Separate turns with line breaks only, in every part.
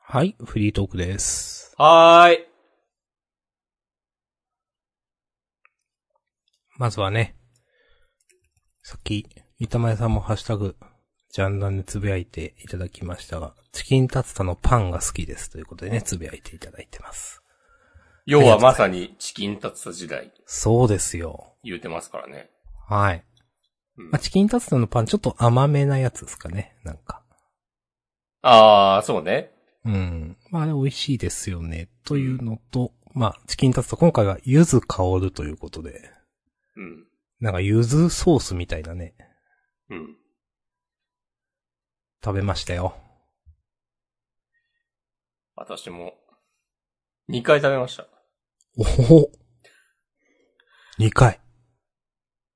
はい、フリートークです。
はーい。
まずはね、さっき、三田前さんもハッシュタグ、ジャンダンでつぶやいていただきましたが、チキンタツタのパンが好きですということでね、つぶやいていただいてます。
要はまさにチキンタツタ時代
そうですよ。
言うてますからね。
はい。
うん
まあ、チキンタツタのパンちょっと甘めなやつですかね、なんか。
あー、そうね。
うん。まあ、あれ美味しいですよね、というのと、まあ、チキンタツタ今回は柚子香るということで、
うん。
なんか柚子ソースみたいなね、
うん。
食べましたよ。
私も、2回食べました。
おお2回。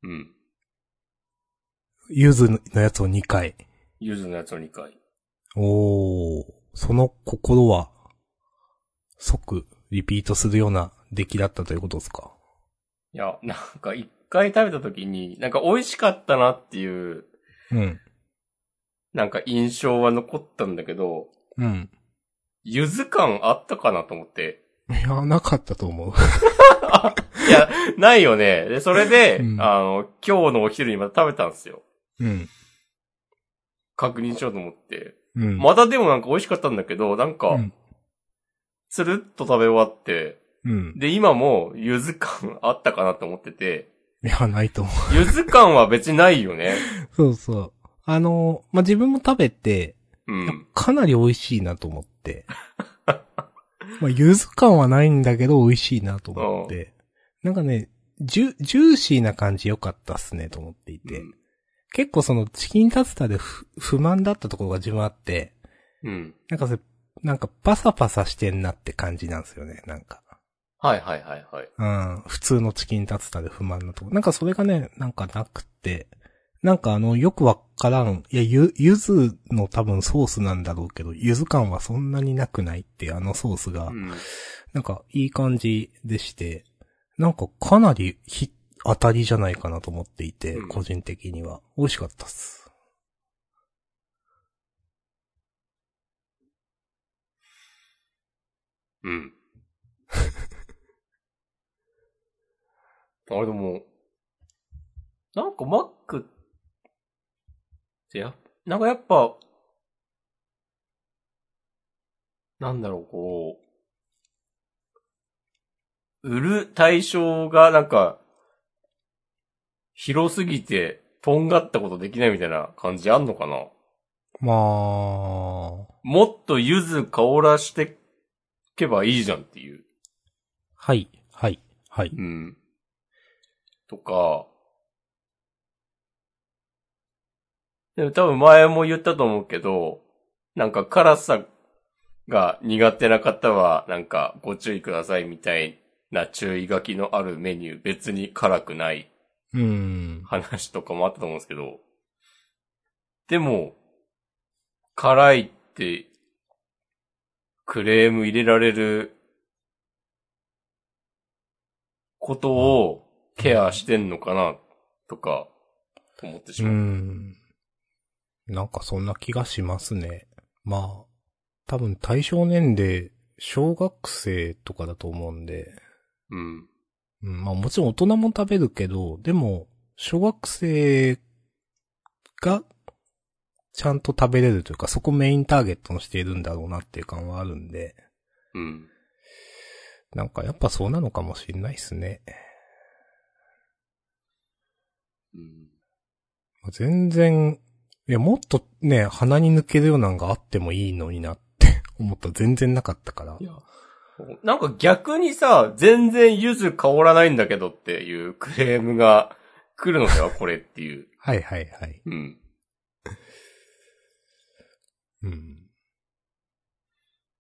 うん。
ゆずのやつを2回。
ゆずのやつを2回。
おー。その心は、即、リピートするような出来だったということですか
いや、なんか1回食べた時に、なんか美味しかったなっていう、
うん。
なんか印象は残ったんだけど、
うん。
ゆず感あったかなと思って。
いや、なかったと思う。
いや、ないよね。で、それで、
うん
あの、今日のお昼にまた食べたんですよ。
うん。
確認しようと思って。
うん。
またでもなんか美味しかったんだけど、なんか、
うん。
つるっと食べ終わって、
うん。
で、今も、ゆず感 あったかなと思ってて、
いや、ないと思う。
ゆず感は別にないよね。
そうそう。あのーまあ、自分も食べて、
うん。
かなり美味しいなと思って。 まあ、ゆず感はないんだけど、美味しいなと思って。なんかね、ジュ、ジューシーな感じ良かったっすね、と思っていて。
うん
結構その、チキンタツタで不不満だったところが自分あって、
うん。
なんかそれ、なんかパサパサしてんなって感じなんですよね、なんか。
はいはいはいはい。
うん、普通のチキンタツタで不満なとこ。なんかそれがね、なんかなくて、なんかあの、よくわからん、いや、ゆ、ゆずの多分ソースなんだろうけど、ゆず感はそんなになくないっていうあのソースが
う、ん。
なんかいい感じでして、なんかかなりひ、当たりじゃないかなと思っていて、
うん
個人的には。美味しかったっす。
うん。 あれでも、なんかマックってや、なんかやっぱ、なんだろう、こう、売る対象がなんか、広すぎて、とんがったことできないみたいな感じあんのかな
まあ、
もっとゆず香らしてけばいいじゃんっていう。
はい、はい、はい。
うん。とか、でも多分前も言ったと思うけど、なんか辛さが苦手な方は、なんかご注意くださいみたいな注意書きのあるメニュー、別に辛くない
うん。
話とかもあったと思うんですけど、でも、辛いって、クレーム入れられることをケアしてんのかな、とか、思ってし
う
まう。
ん。なんかそんな気がしますね。まあ、多分対象年齢、小学生とかだと思うんで、
うん。
うん、まあもちろん大人も食べるけど、でも、小学生がちゃんと食べれるというか、そこメインターゲットにしているんだろうなっていう感はあるんで、
うん。
なんかやっぱそうなのかもしれないですね。
うん。
まあ全然、いや、もっとね、鼻に抜けるようなのがあってもいいのになって思ったら全然なかったから
い。や、なんか逆にさ、全然ゆず香らないんだけどっていうクレームが来るのでは、これっていう。
はいはいはい。
うん。
うん。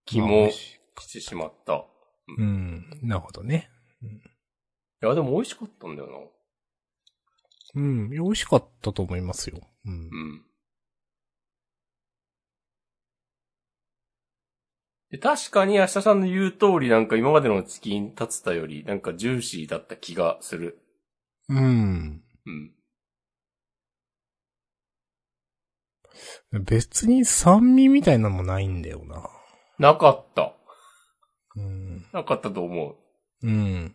気
まあ美
も
味しい
してしまった。
うん。なるほどね。
いや、でも美味しかったんだよ
う
な。
ん。いや美味しかったと思いますよ。うん
う。ん。で、確かに明日さんの言う通りなんか今までのチキンタツタよりなんかジューシーだった気がする。
うん。
うん。
別に酸味みたいなのもないんだよな。
なかった。
うん。
なかったと思う。
うん。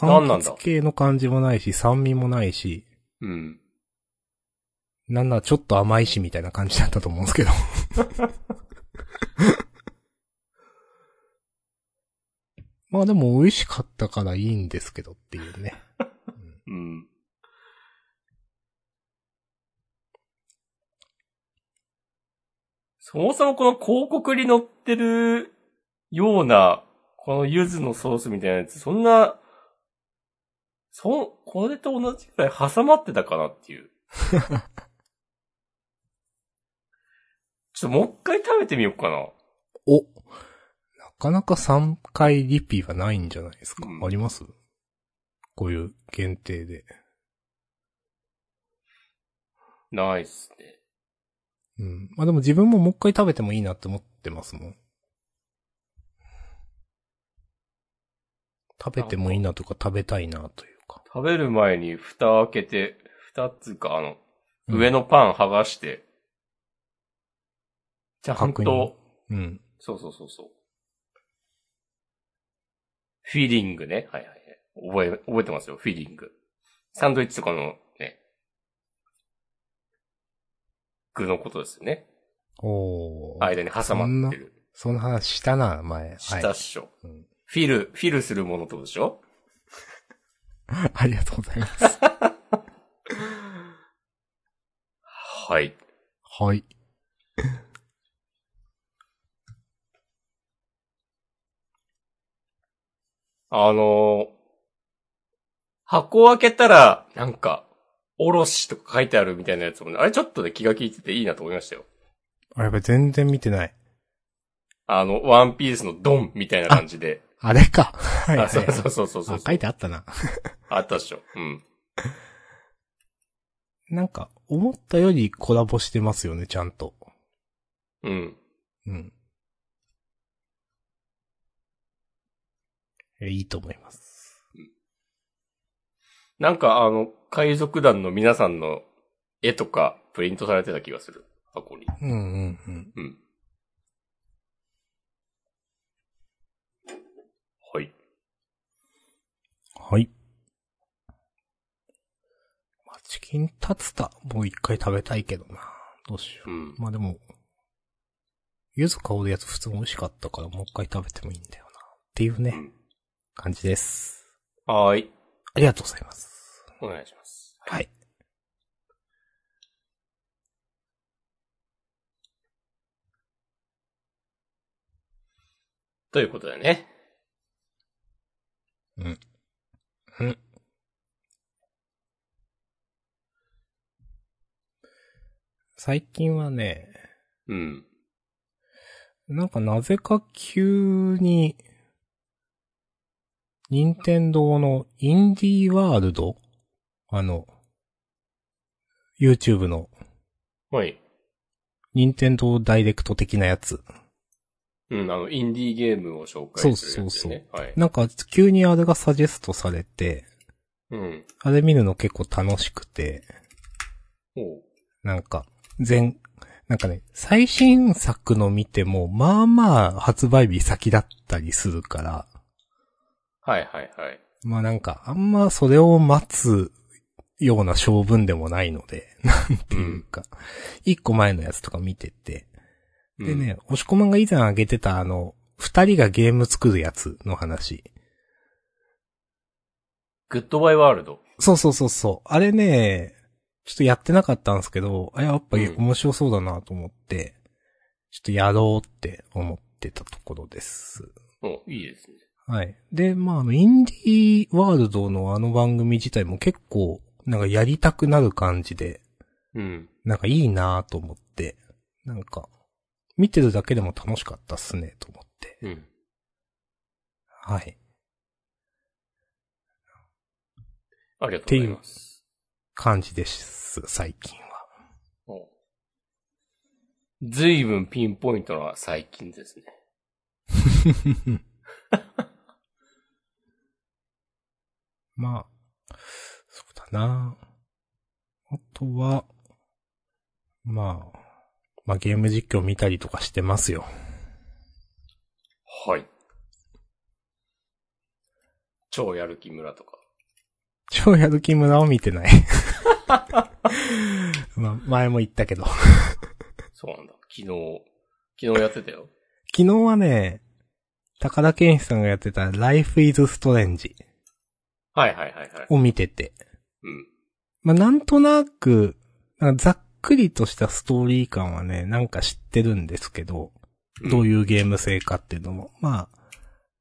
何なん
柑
だ
橘系の感じもないし、酸味もないし、
うん。
なんならちょっと甘いしみたいな感じだったと思うんですけど。 まあでも美味しかったからいいんですけどっていうね。
うん。そもそもこの広告に載ってるような、この柚子のソースみたいなやつ、そんな、そ、これと同じくらい挟まってたかなっていう。 ちょっともう一回食べてみようかな。
おなかなか3回リピはないんじゃないですか。
うん
ありますこういう限定で。
ないっすね。
うん。まあでも自分ももう一回食べてもいいなって思ってますもん。食べてもいいなとか食べたいなというか。
食べる前に蓋開けて、蓋っつうか、あの、
うん
上のパン剥がして、ちゃん
確認
と、
うん。
そうそうそうそう。フィーリングね。はいはいはい。覚え、覚えてますよ、フィーリング。サンドイッチとかのね、具のことですよね。
おー。
間に挟まってる。
その話したな、前。
下
は
っ
い。
しょ。
うん
フィル、フィルするものってことでしょ
ありがとうございます。
はい。
はい。
あのー箱を開けたら、なんか、おろしとか書いてあるみたいなやつもね、あれちょっとね、気が利いてていいなと思いましたよ。
あ、やっぱ全然見てない。
あの、ワンピースのドンみたいな感じで。
あれか。はいはい、
あ、そうそうそうそうそう
あ書いてあったな。
あったっしょ。うん。
なんか、思ったよりコラボしてますよね、ちゃんと。
うん。
うん。えいいと思います。
なんか、あの、海賊団の皆さんの絵とかプリントされてた気がする。箱に。
うんうんうん。
うん。はい。
はい。まあ、チキンタツタ、もう一回食べたいけどな。どうしよう
う。ん。
まあでも、柚子香るやつ普通に美味しかったからもう一回食べてもいいんだよな。っていうね、
うん
感じです。
はーい。
ありがとうございます。
お願いします。
はい。
ということでね。
うん。うん。最近はね、
うん。
なんかなぜか急に、任天堂のインディーワールドあの、YouTube の
はい。
任天堂ダイレクト的なやつ。
うん、あの、インディーゲームを紹介するやつ、ね。そうそうそう。はい。
なんか急にあれがサジェストされて、
うん。
あれ見るの結構楽しくて、
おう。
なんか、全、なんかね、最新作の見ても、まあまあ発売日先だったりするから、
はいはいはい。
まあなんか、あんまそれを待つような性分でもないので、 なんていうか、一、個前のやつとか見てて、
うん
で。ね、押し込まんが以前あげてたあの、二人がゲーム作るやつの話。
グッドバイワールド。
そうそうそうそう。あれね、ちょっとやってなかったんですけど、あやっぱり
うん
面白そうだなと思って、ちょっとやろうって思ってたところです。
おいいですね。
はい。で、まああの、インディーワールドのあの番組自体も結構、なんかやりたくなる感じで、
うん。
なんかいいなと思って、なんか、見てるだけでも楽しかったっすね、と思って。
うん。
はい。
ありがとうございます。
感じです、最近は。
おうずいぶんピンポイントな最近ですね。
まあ、そうだな。あとは、まあ、まあゲーム実況見たりとかしてますよ。
はい。超やる気村とか。
超やる気村を見てない。 まあ、前も言ったけど。
そうなんだ。昨日、昨日やってたよ。
昨日はね、高田健一さんがやってた Life is Strange
はいはいはいはい。
を見てて。
うん。
まあ、なんとなく、なんかざっくりとしたストーリー感はね、なんか知ってるんですけど、どう
い
いうゲーム性かっていうのも。ま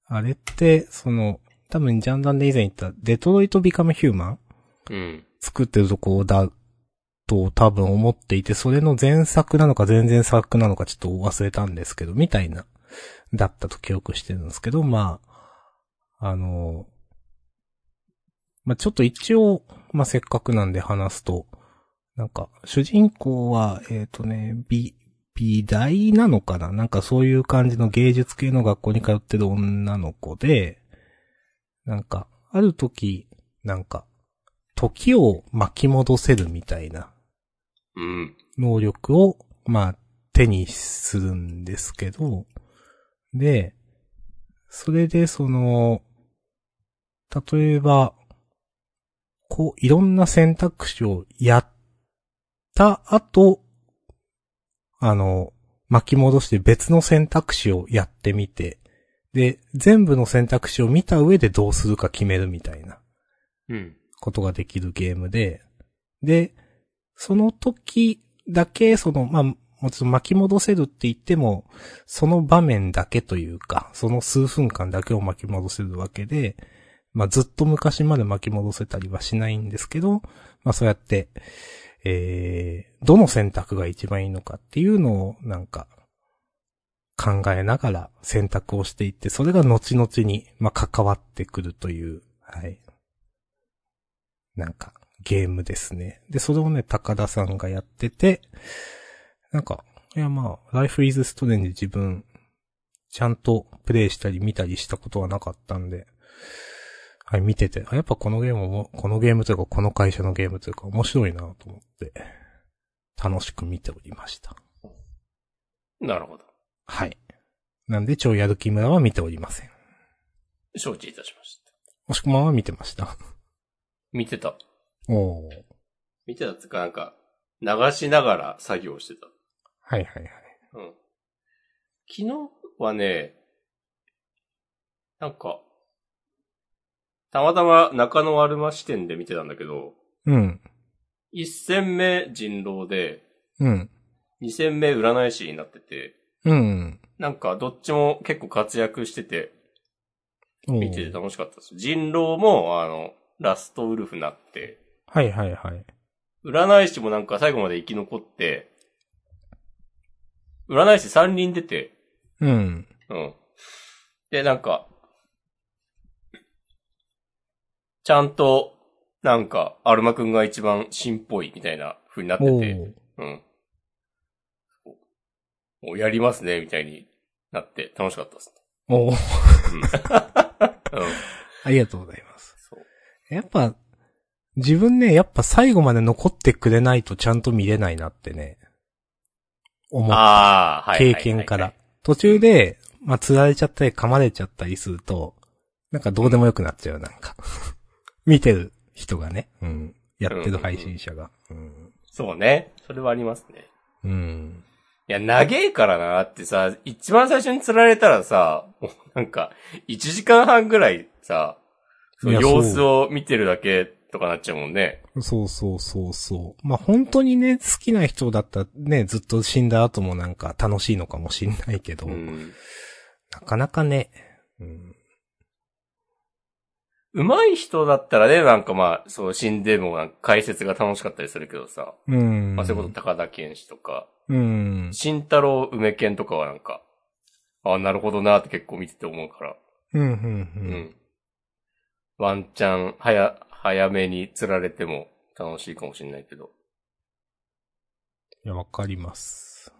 あ、あれって、その、多分ジャンダンで以前言ったデトロイトビカムヒューマン
うん。うん。
作ってるとこだと多分思っていて、それの前作なのか前々作なのかちょっと忘れたんですけど、みたいな、だったと記憶してるんですけど、まあ、あの、まあ、ちょっと一応、まあ、せっかくなんで話すと、なんか、主人公は、えっ、とね、美、美大なのかななんかそういう感じの芸術系の学校に通ってる女の子で、なんか、ある時、なんか、時を巻き戻せるみたいな
うん。
能力を、まあ、手にするんですけど、で、それでその、例えば、こう、いろんな選択肢をやった後、あの、巻き戻して別の選択肢をやってみて、で、全部の選択肢を見た上でどうするか決めるみたいな。
うん。
ことができるゲームで、で、その時だけ、その、まあ、もちろん巻き戻せるって言っても、その場面だけというか、その数分間だけを巻き戻せるわけで、まあ、ずっと昔まで巻き戻せたりはしないんですけど、まあ、そうやって、えー、どの選択が一番いいのかっていうのを、なんか、考えながら選択をしていって、それが後々に、まあ、関わってくるという、はい、なんか、ゲームですね。で、それをね、高田さんがやってて、なんか、いやまあ、Life is Strange 自分、ちゃんとプレイしたり見たりしたことはなかったんで、はい、見てて、あ、やっぱこのゲームも、このゲームというか、この会社のゲームというか、面白いなと思って、楽しく見ておりました。
なるほど。
はい。なんで、超やる気村は見ておりません。
承知いたしました。
もしくまんは見てました。
見てた。
おー。
見てたつか、なんか、流しながら作業してた。
はいはいはい。
うん。昨日はね、なんか、たまたま中野アルマ支店で見てたんだけど、
うん。
一戦目人狼で、
うん。
二戦目占い師になってて、
うん。
なんかどっちも結構活躍してて、
おー
見てて楽しかったです。人狼も、あの、ラストウルフになって、
はいはいはい。
占い師もなんか最後まで生き残って、占い師三人出て、
うん。
うん。で、なんか、ちゃんと、なんか、アルマくんが一番芯っぽいみたいな風になって
お
て、
ー
うん。おやりますね、みたいになって楽しかったです。
おー
うんうん。
ありがとうございます。
そう。
やっぱ、自分ね、やっぱ最後まで残ってくれないとちゃんと見れないなってね、思う。
ああ、はいはいは
経
いはい。
験から。。途中で、まあ、釣られちゃったり噛まれちゃったりすると、なんかどうでもよくなっちゃう、なんか。 見てる人がね、うん。やってる配信者が。うん。
そうね。それはありますね。
うん。
いや、長えからなってさ、一番最初に釣られたらさ、もうなんか、1時間半ぐらいさ、そ
いや
の様子を見てるだけとかなっちゃうもんね。
そうそうそうそう。まあ、本当にね、好きな人だったらね、ずっと死んだ後もなんか楽しいのかもしんないけど、
うん。
なかなかね、うん。
上手い人だったらね、なんかまあ、そう、死んでもなんか解説が楽しかったりするけどさ、
うん。
まあ、それこそ高田健志とか、
うん。
慎太郎梅健とかはなんか、ああ、なるほどなって結構見てて思うから。
うん、う、
うんん。ワンチャン、早、早めに釣られても楽しいかもしれないけど。
うん。いや、わかります。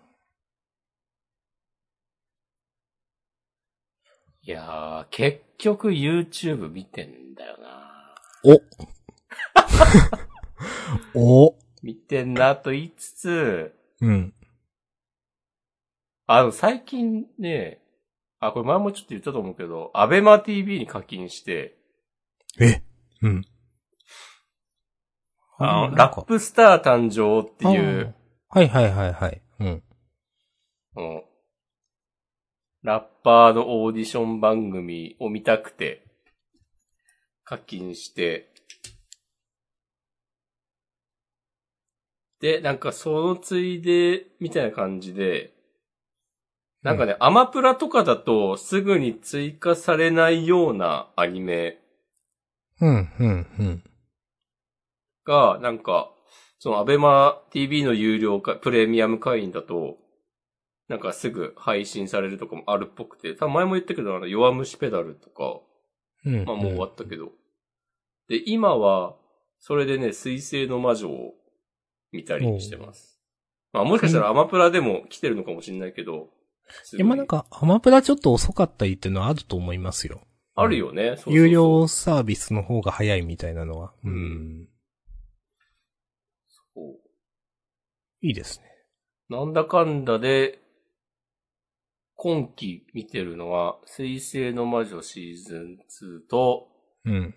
いやー、結局 YouTube 見てんだよな
お
見てんなと言いつつ、
うん。
あの、最近ね、あ、これ前もちょっと言ったと思うけど、アベマ TV に課金して、
えうん。
あ
なん
の、
か
ラップスター誕生っていう、
あー。はいはいはいはい。うん。
あのラッパーのオーディション番組を見たくて、課金して、で、なんかそのついで、みたいな感じで、なんかね、アマプラとかだとすぐに追加されないようなアニメ
うん、うん、うん。
が、なんか、そのアベマ TV の有料か、プレミアム会員だと、なんかすぐ配信されるとかもあるっぽくて、多分前も言ったけど、あの、弱虫ペダルとか、
うん。
まあもう終わったけど。で、今は、それでね、水星の魔女を見たりしてます。まあもしかしたらアマプラでも来てるのかもしれないけど、すぐに
今なんか、アマプラちょっと遅かったりっていうのはあると思いますよ。
あるよね、そうそうそう
有料サービスの方が早いみたいなのは。う
うん
ん。
こう
いいですね。
なんだかんだで、今期見てるのは、水星の魔女シーズン2と、
うん。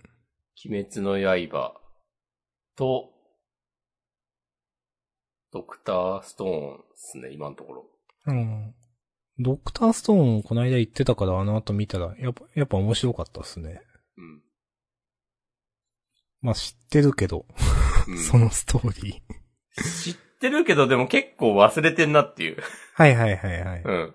鬼滅の刃と、ドクターストーンですね、今のところ。
うん。ドクターストーンをこの間言ってたからあの後見たら、やっぱ、やっぱ面白かったっすね。
うん。
まあ知ってるけど、
うん
そのストーリー。
知ってるけど、でも結構忘れてんなっていう。
はいはいはいはい。
うん。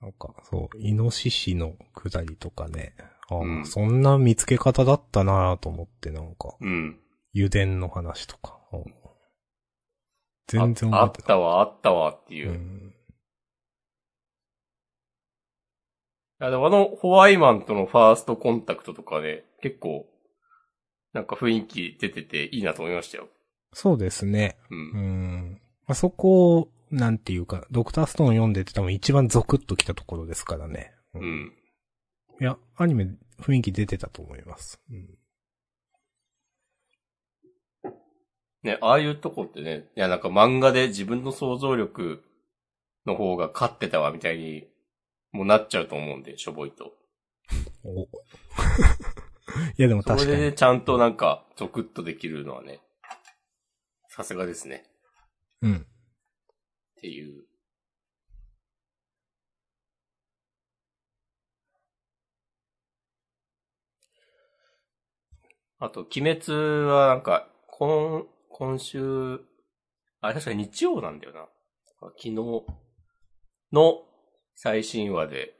なんか、そう、イノシシのくだりとかね。ああ、
うん
そんな見つけ方だったなぁと思って、なんか、
うん。
油田の話とか。うん
あ
全然
あっ
覚えて
たわ、あったわっていう。
ない。う
い
ん
やでもあの、ホワイマンとのファーストコンタクトとかね、結構、なんか雰囲気出てていいなと思いましたよ。
そうですね。
う。
うんん。あそこを、なんていうか、ドクターストーン読んでて多分一番ゾクッときたところですからね。う
うん。
いや、アニメ雰囲気出てたと思います。うん。
ね、ああいうとこってね、いやなんか漫画で自分の想像力の方が勝ってたわみたいに、もうなっちゃうと思うんで、しょぼいと。
お いやでも
そ
確か
れ
に
で。ちゃんとなんか、ゾクッとできるのはね、さすがですね。
うん。
っていう。あと、鬼滅はなんか、今、今週、あれ確か日曜なんだよな。昨日の最新話で、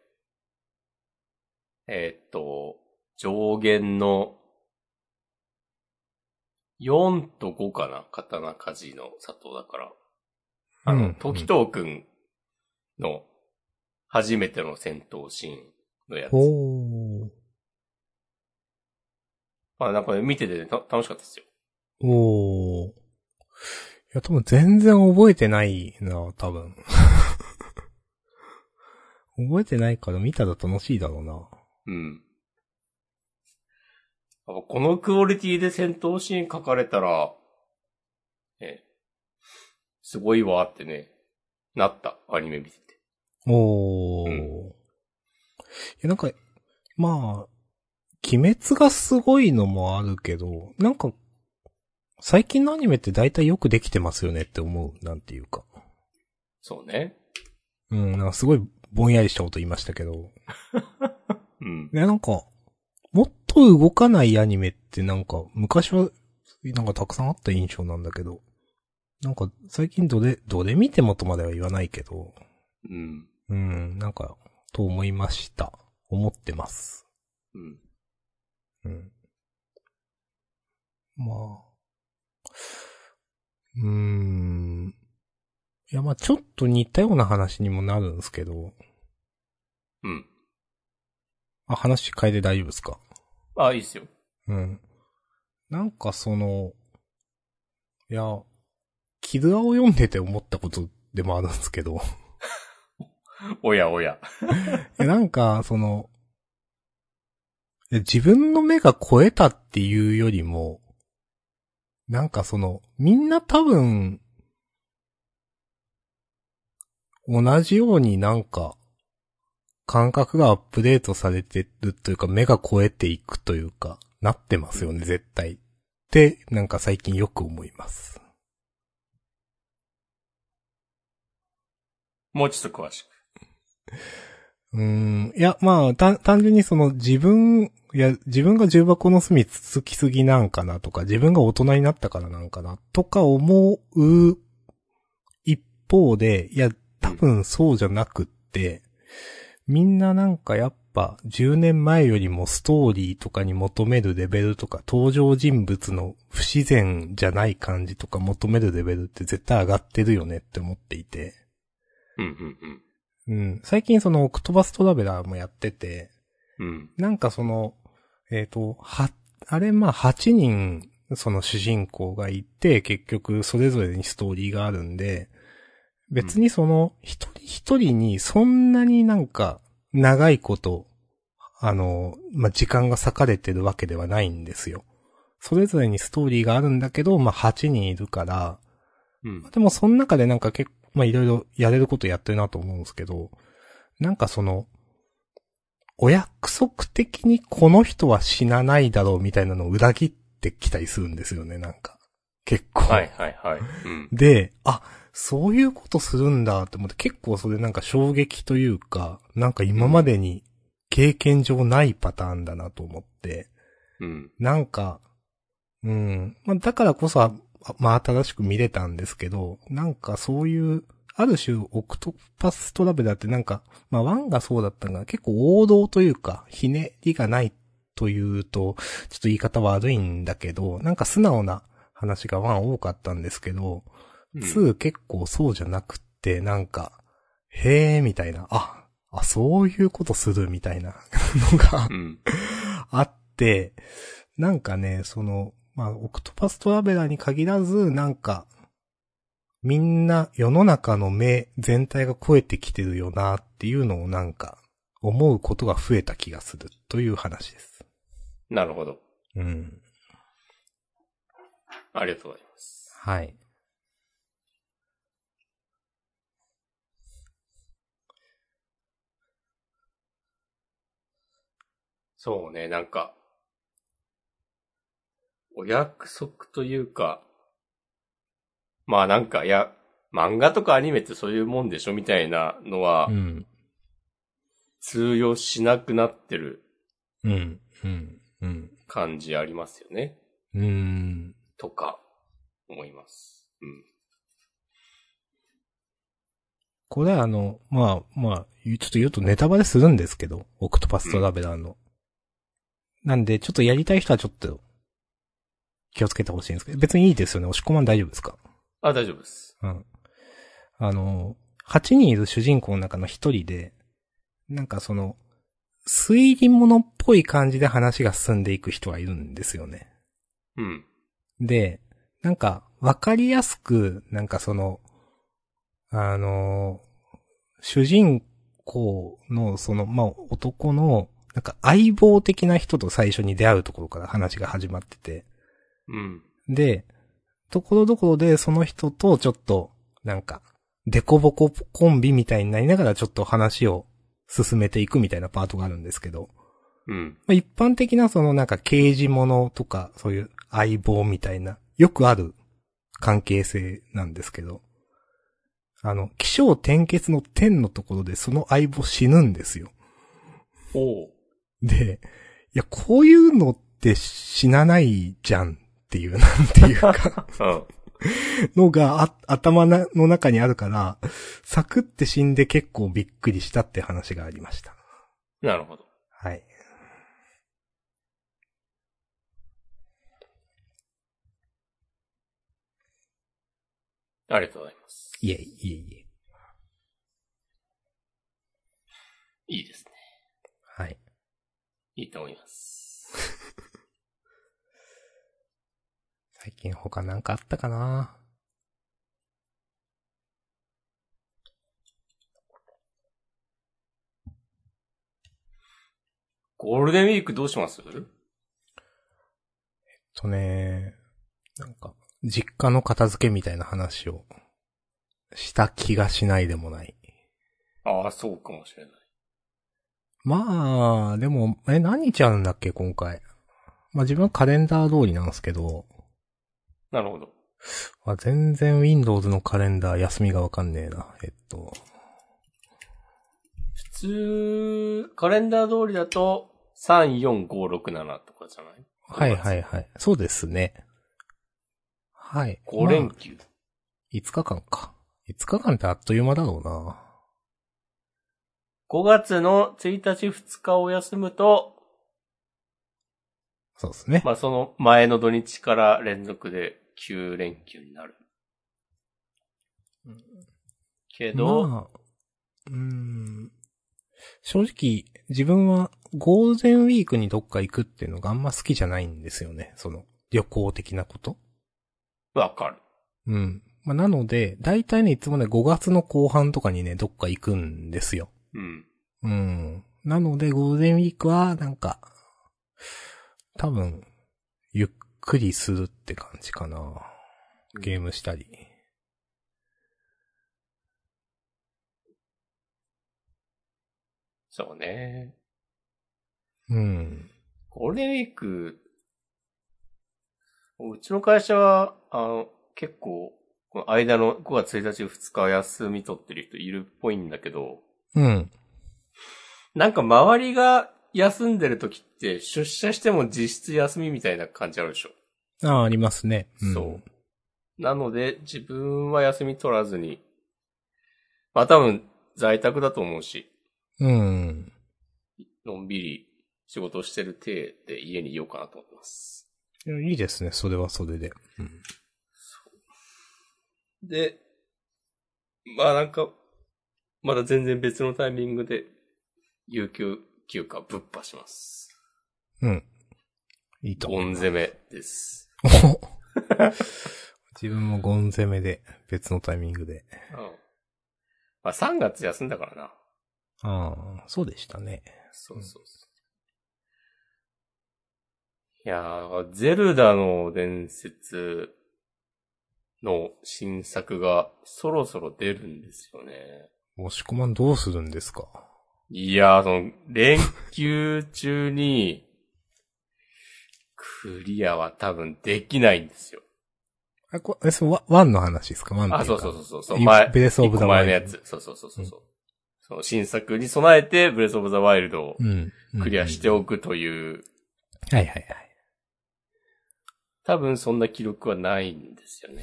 えーっと、上限の4と5かな刀鍛冶の里だから。あ
う
の、
ん
時藤くんの初めての戦闘シーンのやつ。
おー。
まあなんかね見ててね、た楽しかったですよ。
おー。いや、多分全然覚えてないな、多分。 覚えてないから見たら楽しいだろうな。
うん。やっぱこのクオリティで戦闘シーン書かれたら、ね、すごいわってね、なった、アニメ見てて。
おー。
うん
いや、なんか、まあ、鬼滅がすごいのもあるけど、なんか、最近のアニメって大体よくできてますよねって思う、なんていうか。
そうね。
うん、なんかすごいぼんやりしたこと言いましたけど。
うん。
ね、なんか、もっと動かないアニメってなんか、昔は、なんかたくさんあった印象なんだけど、なんか最近どれ、どれ見てもとまでは言わないけど、
うん。
うん、なんか、と思いました。思ってます。
うん。
うん。まあ。うーん。いや、まあちょっと似たような話にもなるんですけど、
うん。
あ、話変えて大丈夫ですか
あ、いいっすよ。
うん。なんかその、いや、キルアを読んでて思ったことでもあるんですけど、い
おやおや。
やなんかその、いや自分の目が超えたっていうよりも、なんかその、みんな多分、同じようになんか、感覚がアップデートされてるというか、目が超えていくというか、なってますよね、絶対。って、なんか最近よく思います。
もうちょっと詳しく。
うーん。いや、まあ、単単純にその自分、いや、自分が重箱の隅つつきすぎなんかなとか、自分が大人になったからなんかな、とか思う一方で、いや、多分そうじゃなくって、みんななんかやっぱ10年前よりもストーリーとかに求めるレベルとか、登場人物の不自然じゃない感じとか求めるレベルって絶対上がってるよねって思っていて。
うん、うん、
うん。最近その、オクトバストラベラーもやってて、
うん。うん。
なんかその、えっ、と、は、あれまあ8人、その主人公がいて、結局それぞれにストーリーがあるんで、別にその、一人一人にそんなになんか、長いこと、あの、まあ、時間が割かれてるわけではないんですよ。それぞれにストーリーがあるんだけど、まあ、8人いるから、
うん
まあ。でもその中でなんか結構、まあいろいろやれることやってるなと思うんですけど、なんかその、お約束的にこの人は死なないだろうみたいなのを裏切ってきたりするんですよね、なんか。結構。
はい、はい、はい。うん。
で、あ、そういうことするんだって思って結構それなんか衝撃というか、なんか今までに経験上ないパターンだなと思って。
うん。
なんか、うん。まあ、だからこそ、あまあ、新しく見れたんですけど、なんかそういう、ある種、オクトパストラベラーってなんか、まあ、ワンがそうだったのが結構王道というか、ひねりがないというと、ちょっと言い方悪いんだけど、なんか素直な話がワン多かったんですけど、2結構そうじゃなくって、なんか、へーみたいな、あ、あ、そういうことするみたいなのが
う、ん。
あって、なんかね、その、まあ、オクトパストラベラーに限らず、なんか、みんな世の中の目全体が超えてきてるよなっていうのをなんか、思うことが増えた気がするという話です。
なるほど。
うん。
ありがとうございます。
はい。
そうね、なんか、お約束というか、まあなんか、いや、漫画とかアニメってそういうもんでしょみたいなのは
うん。
通用しなくなってる
うん。うん。うん。
感じありますよね。
うーん。
とか、思います。うん。
これあの、まあ、まあ、言うちょっと言うとネタバレするんですけど、オクトパストラベラーの。なんで、ちょっとやりたい人はちょっと、気をつけてほしいんですけど、別にいいですよね。押し込まん大丈夫ですか
あ、大丈夫です。
うん。あの、8人いる主人公の中の1人で、なんかその、推理物っぽい感じで話が進んでいく人がいるんですよね。
うん。
で、なんか、わかりやすく、なんかその、あのー、主人公の、その、まあ、男の、なんか相棒的な人と最初に出会うところから話が始まってて、
うん。
で、ところどころでその人とちょっと、なんか、デコボココンビみたいになりながらちょっと話を進めていくみたいなパートがあるんですけど、
うん。
まあ、一般的なそのなんか刑事物とかそういう相棒みたいな、よくある関係性なんですけど、あの、気象転結の天のところでその相棒死ぬんですよ。
お う。
で、いや、こういうのって死なないじゃんっていう、なんていうか、
うん。
のがあ頭なの中にあるから、サクって死んで結構びっくりしたって話がありました。
なるほど。
はい。
ありがとうございます。
いえ、いえいえ。
いいですね。
はい。
いいと思います。
最近他なんかあったかな
ゴールデンウィークどうします
とね、なんか、実家の片付けみたいな話をした気がしないでもない。
ああ、そうかもしれない。
まあ、でも、え、何日あるんだっけ、今回。まあ自分はカレンダー通りなんですけど、
なるほど。
あ全然 Windows のカレンダー休みがわかんねえな。えっと、
普通、カレンダー通りだと、3、4、5、6、7とかじゃない
はいはいはい。そうですね。はい。
5連
まあ
休。
5日間か。5日間ってあっという間だろうな。
5月の1日、2日を休むと、
そうですね。
まあその前の土日から連続で9連休になる。けど、
まあ、うーん。正直、自分はゴールデンウィークにどっか行くっていうのがあんま好きじゃないんですよね。その、旅行的なこと。
わかる。
うん。まあ、なので、大体ね、いつもね、5月の後半とかにね、どっか行くんですよ。
うん。
うん。なので、ゴールデンウィークは、なんか、多分、ゆっくりするって感じかな。ゲームしたり。
そうね。
うん。
ゴールデンウィーク、うちの会社は、あの、結構、この間の5月1日、2日休み取ってる人いるっぽいんだけど、
うん。
なんか周りが休んでる時って出社しても実質休みみたいな感じあるでしょ
ああ、ありますね。ん
そう。なので、自分は休み取らずに、まあ多分在宅だと思うし、
うん。
のんびり仕事してる体で家にいようかなと思ってます。
いやいいですね、それはそれで。うん。
で、まあなんか、まだ全然別のタイミングで、有給休暇ぶっ破します。
うん。いいと
ゴ
思う。
ン攻めです。
自分もゴン攻めで、別のタイミングで。
うん。まあ3月休んだからな。
ああ、そうでしたね。
そうそうそう。いやー、ゼルダの伝説の新作がそろそろ出るんですよね。
押し込まんどうするんですか
いやー、その、連休中に、クリアは多分できないんですよ。
あ、これ、え、そう、ワワンの話ですかワンって
あ、
いか
そうそうそうそう、そう
い
前、
ブレスオブザ
一個前
ワイ
の
ル
や
ド
つ。そうそうそうそうそう。その新作に備えて、ブレスオブザワイルドを
うん。うん
クリアしておくという、
はいはいはい。
多分そんな記録はないんで すよね。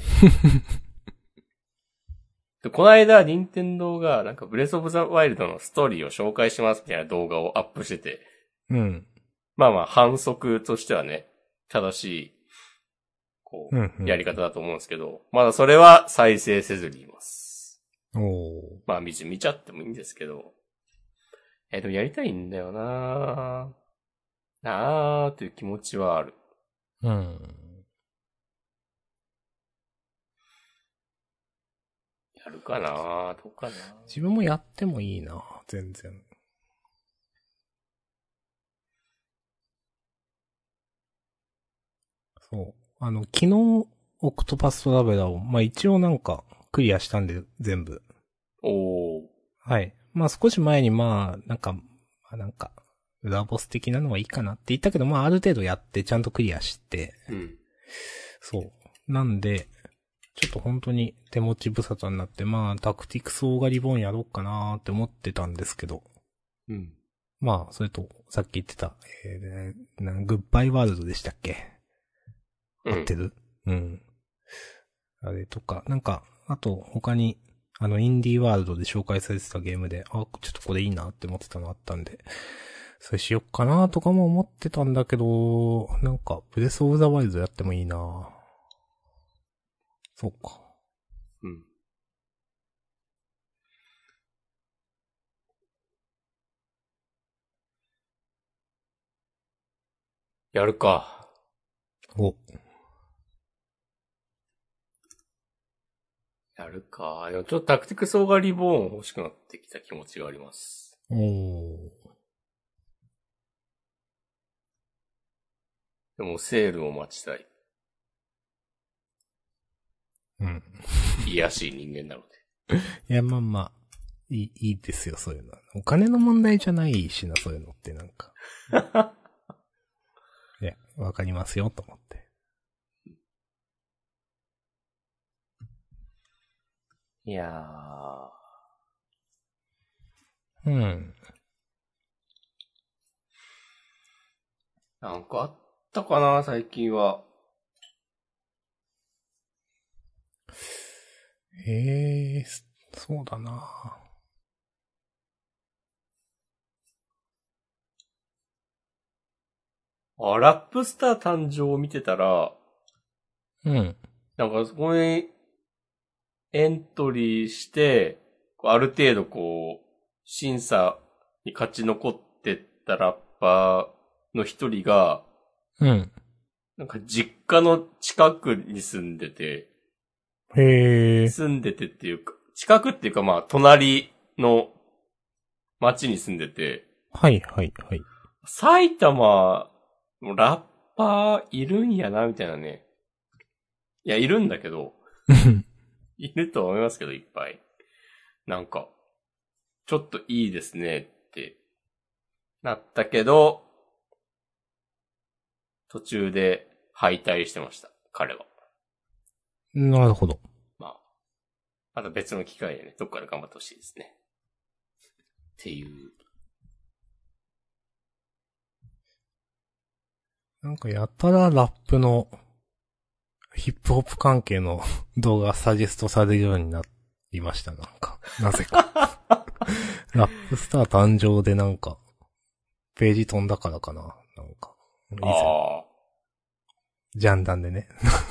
でこの間、任天堂が、なんか、ブレスオブザワイルドのストーリーを紹介しますみたいな動画をアップしてて、
うん。
まあまあ、反則としてはね、正しい、こ
うんう
う、
ん
やり方だと思うんですけど、まだそれは再生せずにいます。
おー。
まあ、見ち見ちゃってもいいんですけど、えー、でもやりたいんだよなぁ、なぁ、という気持ちはある。
うん。
やるかなぁ、どうかなぁ。
自分もやってもいいな、全然。そう。あの、昨日、オクトパストラベラーを、まあ、一応なんか、クリアしたんで、全部。
おー。
はい。まあ、少し前に、まあ、なんか、まあ、なんか、裏ボス的なのはいいかなって言ったけど、まあ、ある程度やって、ちゃんとクリアして、
うん。
そう。なんで、ちょっと本当に手持ち無沙汰になって、まあ、タクティクスオーガリボーンやろうかなーって思ってたんですけど、
うん。
まあ、それと、さっき言ってた、えー、なグッバイワールドでしたっけ
うん
合ってるうん。あれとか、なんか、あと、他に、あの、インディーワールドで紹介されてたゲームで、あ、ちょっとこれいいなって思ってたのあったんで、それしよっかなとかも思ってたんだけど、なんか、ブレスオブザワイルドやってもいいなそうか。
うん。やるか。
お、
やるか。でもちょっとタクティクスオーガリボーン欲しくなってきた気持ちがあります。
おー。
でもセールを待ちたい。
うん。
癒やしい人間なので。
いや、まあまあ、いい、いいですよ、そういうのは。お金の問題じゃないしな、そういうのってなん か。いや、わかりますよ、と思って。
いやー。
うん。
なんかあったかな、最近は。
へえ、そそうだな
あ、ラップスター誕生を見てたら、
うん。
なんかそこにエントリーして、こうある程度こう、審査に勝ち残ってったラッパーの一人が、
うん。
なんか実家の近くに住んでて、
へえ。
住んでてっていうか、近くっていうかまあ隣の町に住んでて、
はい、はい、 はい。
埼玉、ラッパーいるんやな、みたいなね。いや、いるんだけど、いると思いますけど、いっぱい。なんか、ちょっといいですねって、なったけど、途中で敗退してました、彼は。
なるほど。
まあ、また別の機会でね、どっかで頑張ってほしいですね。っていう。
なんかやたらラップの、ヒップホップ関係の 動画サジェストされるようになりました、なんか。なぜか。ラップスター誕生でなんか、ページ飛んだからかな、なんか。以
あ
前、
あー。
ジャンダンでね。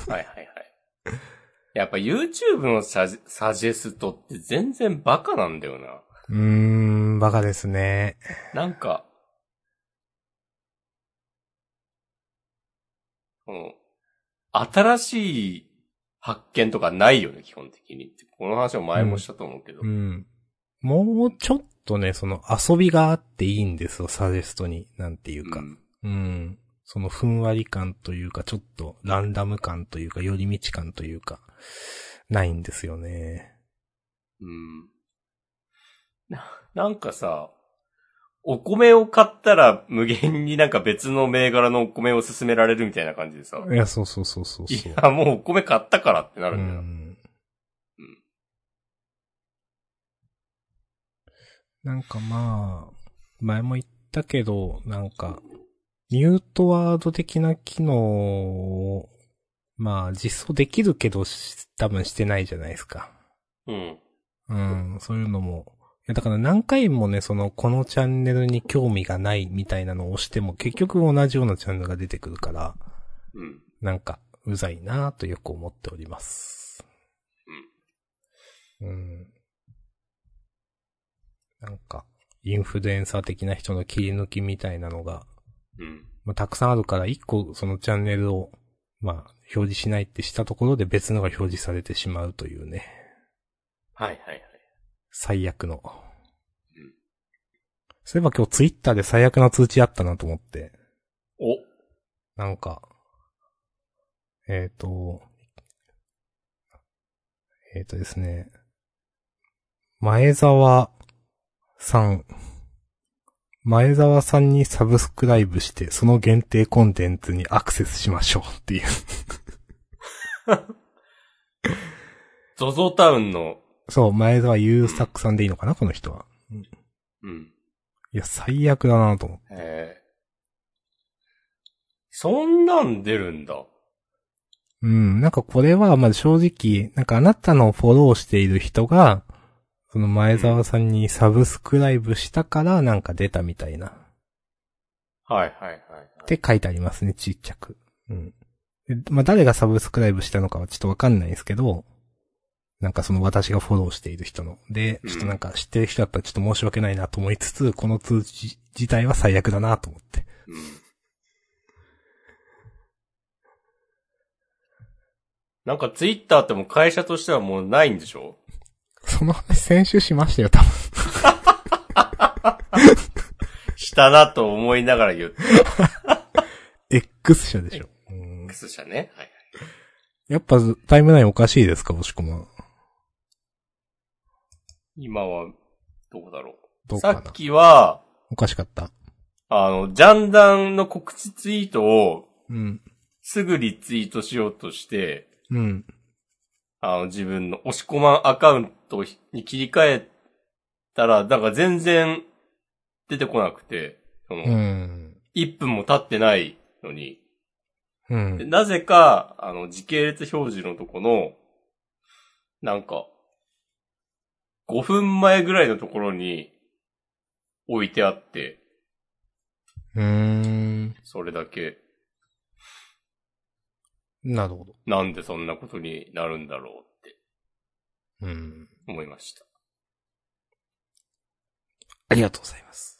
はいはいはい。やっぱ YouTube のサジサジェストって全然バカなんだよな。
うーん、バカですね。
なんか、この、新しい発見とかないよね、基本的に。この話は前もしたと思うけど。
うん。もうちょっとね、その遊びがあっていいんですよ、サジェストに。なんていうか。
うん
うん。そのふんわり感というか、ちょっとランダム感というか、寄り道感というか、ないんですよね。
うん。な、なんかさ、お米を買ったら無限になんか別の銘柄のお米を勧められるみたいな感じでさ。
いや、そうそうそうそう
い
そう。
や、もうお米買ったからってな
う
るんだよ。
ん
うん。
なんかまあ、前も言ったけど、なんか、ミュートワード的な機能を、まあ実装できるけどし、多分してないじゃないですか。
うん。
うん、そういうのも。いや、だから何回もね、その、このチャンネルに興味がないみたいなのを押しても、結局同じようなチャンネルが出てくるから、
うん。
なんか、うざいなぁとよく思っております。うん。なんか、インフルエンサー的な人の切り抜きみたいなのが、
うん。
まあ、たくさんあるから、一個そのチャンネルを、まあ、表示しないってしたところで別のが表示されてしまうというね。
はいはいはい。
最悪の
うん。
そういえば今日ツイッターで最悪な通知あったなと思って。
お。
なんか、えっ、と、えっ、とですね、前澤さん、前澤さんにサブスクライブして、その限定コンテンツにアクセスしましょうっていう。
ゾゾタウンの、
そう、前澤優作さんでいいのかなこの人は。
うん。
いや、最悪だなと思って。
えーそんなん出るんだ。
うん、なんかこれは、まあ正直、なんかあなたのフォローしている人が、その前澤さんにサブスクライブしたからなんか出たみたいな。
はいはいはい。
って書いてありますね、ちっちゃく。うん。でまあ誰がサブスクライブしたのかはちょっとわかんないですけど、なんかその私がフォローしている人の。で、ちょっとなんか知ってる人だったらちょっと申し訳ないなと思いつつ、この通知自体は最悪だなと思って。
うん。 なんかツイッターってもう会社としてはもうないんでしょ
その話先週しましたよ、多分。
したなと思いながら言って
X 社でしょ。うん
ま。したね。はい。
やっぱタイムラインおかしいですか、もしくも。
今はどこだろ
ど
う。
う
さ
か
っ
な。
きは、
おかしかった。
あの、ジャンダンの告知ツイートを
うん。
すぐリツイートしようとして、
うん。
あの、自分の押し込まんアカウントに切り替えたら、なんか全然出てこなくて、その、
うん。
1分も経ってないのに、
う
で
ん。
なぜか、あの、時系列表示のとこの、なんか、5分前ぐらいのところに置いてあって、
うーん。
それだけ、
なるほど。
なんでそんなことになるんだろう
う
って
ん。
思いました。
ありがとうございます。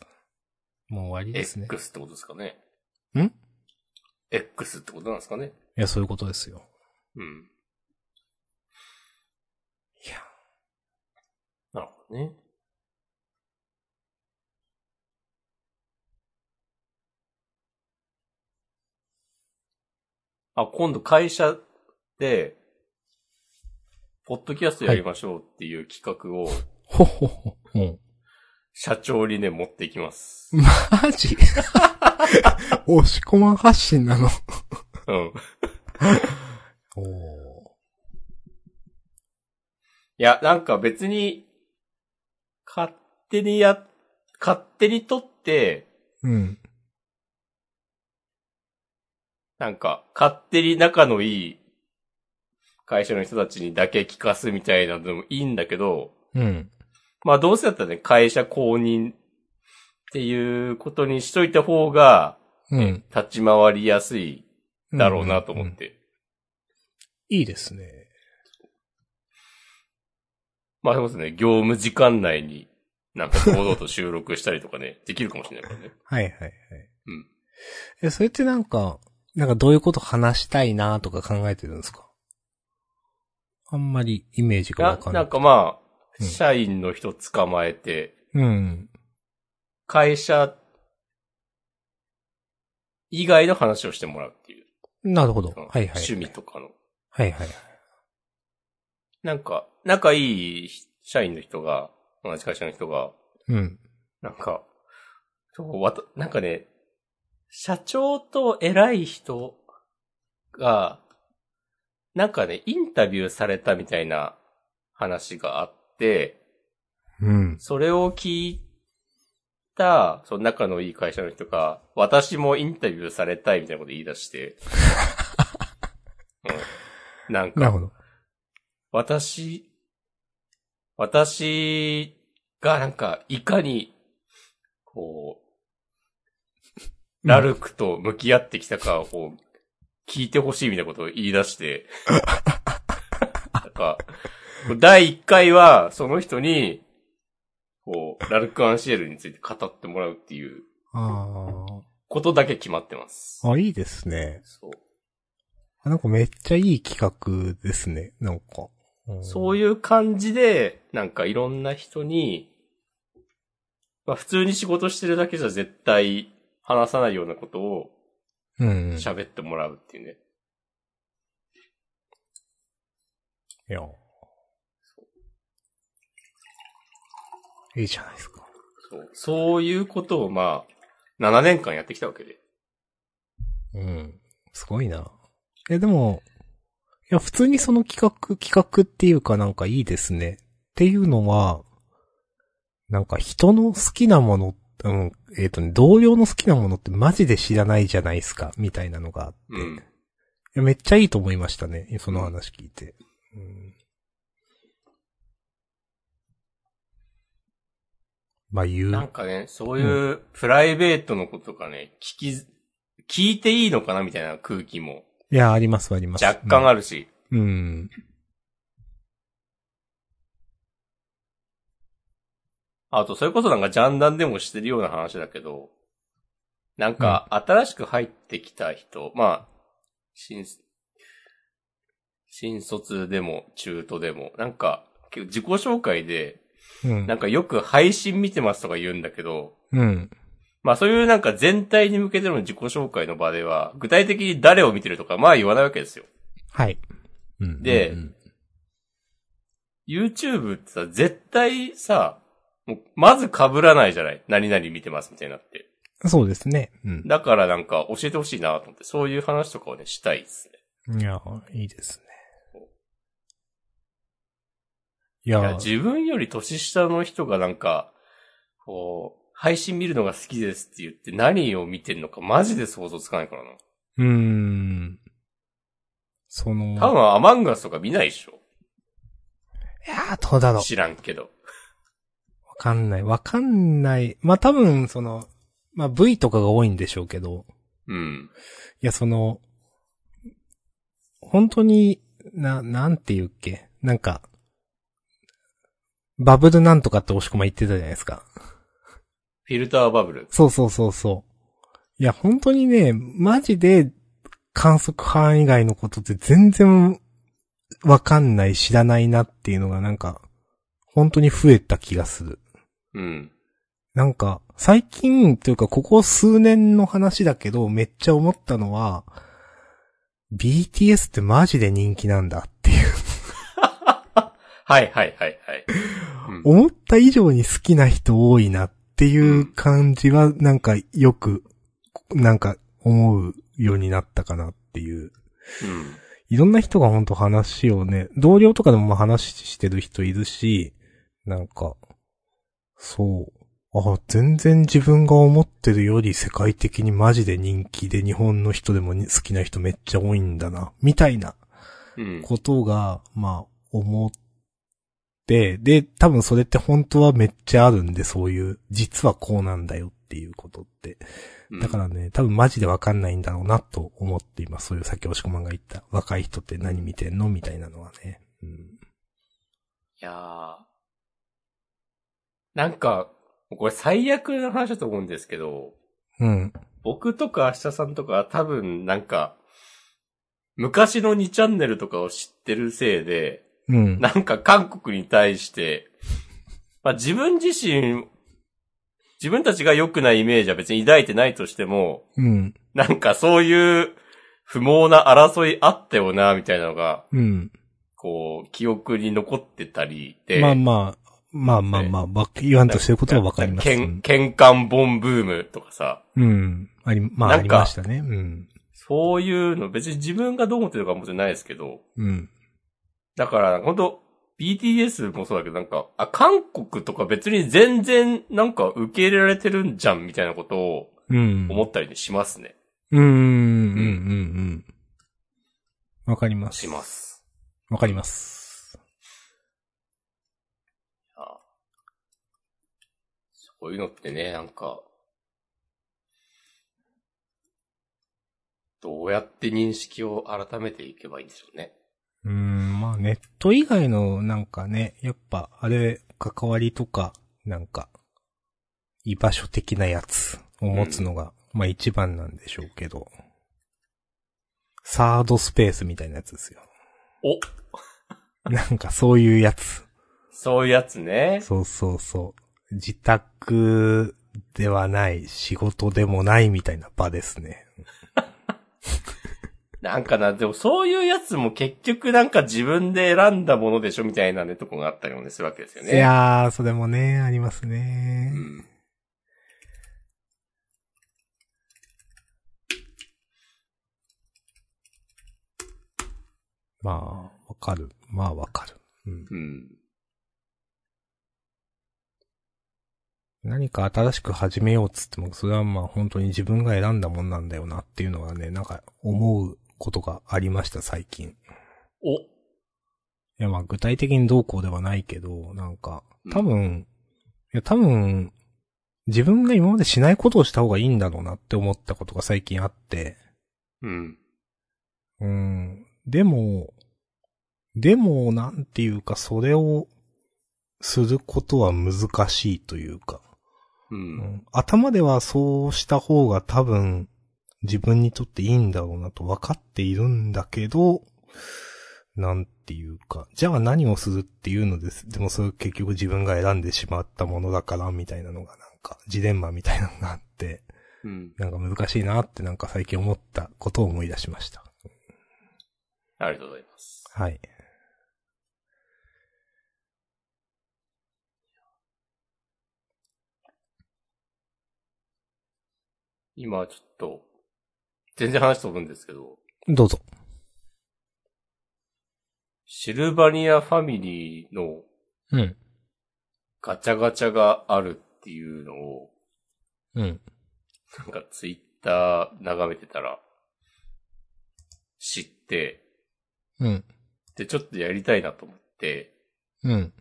もう終わりですね。
X ってことですかね。
ん
?X ってことなんですかね。
いや、そういうことですよ。
うん。
いや。
なるほどね。あ、今度会社で、ポッドキャストやりましょうっていう企画を、
ほほほ。うん。
社長にね、持ってき ます。
マジ 押し込まん発信なの。
うん。
おお。
いや、なんか別に、勝手にや、勝手に撮って、
うん。
なんか、勝手に仲のいい会社の人たちにだけ聞かすみたいなのでもいいんだけど、
うん。
まあどうせだったらね、会社公認っていうことにしといた方が、
うん。
立ち回りやすいだろうなと思って。
いいですね。
まあそうですね、業務時間内になんか堂々と収録したりとかね、 できるかもしれないからね。
はいはいはい。
うん。
え、それってなんか、なんかどういうこと話したいなとか考えてるんですかあんまりイメージがわか
な、
んな。
ないんかま
う
あ、
ん
社員の人捕まえて、
うん。
会社以外の話をしてもらうっていう。
なるほど。
その
はいはい。
趣味とかの。
はいはい。
なんか、仲いい社員の人が、同じ会社の人が、
うん。
なんか、そうわた、なんかね、社長と偉い人が、なんかね、インタビューされたみたいな話があって、
うん。
それを聞いた、その仲のいい会社の人が、私もインタビューされたいみたいなこと言い 出して、うん、なん
なる
か、
ほど。
私、私がなんか、いかに、こう、ラルクと向き合ってきたかを聞いてほしいみたいなことを言い出して、なんか、第1回はその人に、こう、ラルク・アンシエルについて語ってもらうっていう
あ
ことだけ決まってます。
あ。あ、いいですね。
そう
あなんかめっちゃいい企画ですね。なんか。
そう
い
いう感じで、なんかいろんな人に、まあ普通に仕事してるだけじゃ絶対話さないようなことを
うん。うん。い
喋ってもらうっていうね。
や。いいじゃないですか。
そうそういうことをまあ、7年間やってきたわけで。
うん。すごいな。え、でも、いや、普通にその企画、企画っていうかなんかいいですね。っていうのは、なんか人の好きなもの、うん、えっ、とね、同僚の好きなものってマジで知らないじゃないですか、みたいなのがあって。
うん
いやめっちゃいいと思いましたね、その話聞いて。うんまあ言う。
なんかね、そういうプライベートのことがね、聞きず、聞いていいのかなみたいな空気も
いや、ありますあります。
若干あるし。
うん。
あと、それこそなんかジャンダンでもしてるような話だけど、なんか、新しく入ってきた人、まあ、新、新卒でも中途でも、なんか、結構自己紹介で、
うん。
なんかよく配信見てますとか言うんだけど、
うん。
まあそういうなんか全体に向けての自己紹介の場では、具体的に誰を見てるとか、まあ言わないわけですよ。
はい。うん
で
うん
YouTube ってさ、絶対さ、もうまず被らないじゃない何々見てますみたいになって。
そうですね。うん。
だからなんか教えてほしいなと思って、そういう話とかをね、したいですね。
いや、いいですね。い
いや、
や、
自分より年下の人がなんか、こう、配信見るのが好きですって言って何を見てんのかマジで想像つかないからな。
うーん。その、
多分アマンガスとか見ないでしょ
いやー、どうだろう。
知らんけど。
わかんない。わかんない。まあ、多分、その、まあ、V とかが多いんでしょうけど、
うん。
いや、その、本当に、な、なんて言うっけなんか、バブルなんとかって押し込ま言ってたじゃないですか。
フィルターバブル。
そうそうそうそう。いや、本当にね、マジで観測範囲外のことって全然わかんない、知らないなっていうのがなんか、本当に増えた気がする。
うん。
なんか、最近というか、ここ数年の話だけど、めっちゃ思ったのは、BTS ってマジで人気なんだっていう。
はいはいはいはい。うん
思った以上に好きな人多いなっていう感じは、なんかよく、なんか思うようになったかなっていう。
うん。
いろんな人が本当話をね、同僚とかでもまあ話してる人いるし、なんか、そう。あ、全然自分が思ってるより世界的にマジで人気で日本の人でもに好きな人めっちゃ多いんだな、みたいな
うん。
ことが、まあ、思って、で、多分それって本当はめっちゃあるんで、そういう、実はこうなんだよっていうことって。
うん
だからね、多分マジでわかんないんだろうなと思っています。そういうさっき押し込まんが言った、若い人って何見てんのみたいなのはね。うん。
いやーなんか、これ最悪の話だと思うんですけど、
うん。
僕とか明日さんとか多分なんか、昔の2チャンネルとかを知ってるせいで、
うん。
なんか韓国に対して、まあ自分自身、自分たちが良くないイメージは別に抱いてないとしても、
うん。
なんかそういう不毛な争いあったよな、みたいなのが、
うん。
こう、記憶に残ってたりで、
まあまあ、まあまあまあ、わ言わんとしてることはわかります。う
喧
ん。
喧嘩ボンブームとかさ、
うんあり、まあ
なんか
ありましたね。うん。
そういうの別に自分がどう思ってるかは思ってないですけど、
うん。
だから本当 BTS もそうだけどなんか、あ、韓国とか別に全然なんか受け入れられてるんじゃんみたいなことを
うん。
思ったりねしますね。
うん、うん、うん、うん。わかります
し。ます。
わかります。
こういうのってね、なんか、どうやって認識を改めていけばいいんでしょうね。
うーん、まあネット以外のなんかね、やっぱあれ、関わりとか、なんか、居場所的なやつを持つのが、まあ一番なんでしょうけど。サードスペースみたいなやつ ですよ。
お
なんかそういうやつ。
そういうやつね。
そうそうそう。自宅ではない、仕事でもないみたいな場ですね。
なんかな、でもそういうやつも結局なんか自分で選んだものでしょみたいなね、とこがあったりもね、するわけですよね。
いやー、それもね、ありますね。
うん。
まあ、わかる。まあわかる。うん。
うん。
何か新しく始めようっつっても、それはまあ本当に自分が選んだもんなんだよなっていうのはね、なんか思うことがありました、最近。い
お、
やまあ具体的にどうこうではないけど、なんか
うん、
多分、いや多分、自分が今までしないことをした方がいいんだろうなって思ったことが最近あって、
うん。
うん。でも、でも、なんていうか、それをすることは難しいというか。
う。
うんん頭ではそうした方が多分自分にとっていいんだろうなと分かっているんだけど、なんていうか、じゃあ何をするっていうのです。でもそれ結局自分が選んでしまったものだからみたいなのがなんかジレンマみたいなのがあって、
うん。
なんか難しいなってなんか最近思ったことを思い出しました。
ありがとうございます。
はい。
今ちょっと、全然話飛ぶんですけど、
どうぞ。
シルバニアファミリーの
うん。
ガチャガチャがあるっていうのを、
うん。
なんかツイッター眺めてたら、知って、
うん。
で、ちょっとやりたいなと思って、
うん。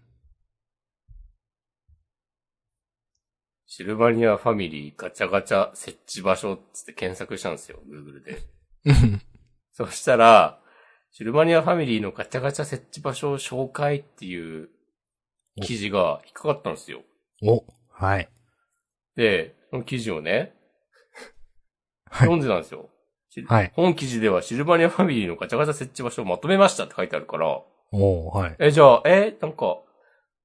シルバニアファミリーガチャガチャ設置場所っつって検索したんですよ、Google で。
うん。
そしたら、シルバニアファミリーのガチャガチャ設置場所を紹介っていう記事が引っかかったんですよ。
お。はい。
で、その記事をね、
はい
読んでたんですよ。し
はい
本記事ではシルバニアファミリーのガチャガチャ設置場所をまとめましたって書いてあるから、
おーはい。
え、じゃあ、え、なんか、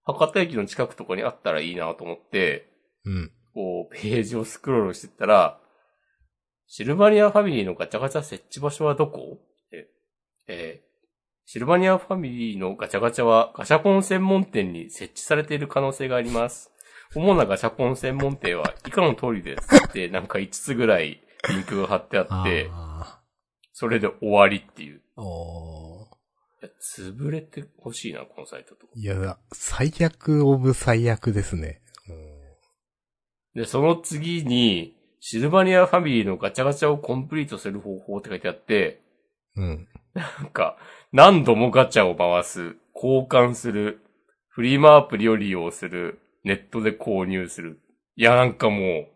博多駅の近くとかにあったらいいなと思って、
うん。
こう、ページをスクロールしてったら、シルバニアファミリーのガチャガチャ設置場所はどこえ、えーシルバニアファミリーのガチャガチャはガシャポン専門店に設置されている可能性があります。主なガシャポン専門店は以下の通りです。って、 なんか5つぐらいリンクが貼ってあって、
あ
それで終わりっていう。
ーおー
いや潰れてほしいな、このサイトと。
いや、最悪オブ最悪ですね。
で、その次に、シルバニアファミリーのガチャガチャをコンプリートする方法って書いてあって、
うん。
なんか、何度もガチャを回す、交換する、フリマアプリを利用する、ネットで購入する。いや、なんかもう、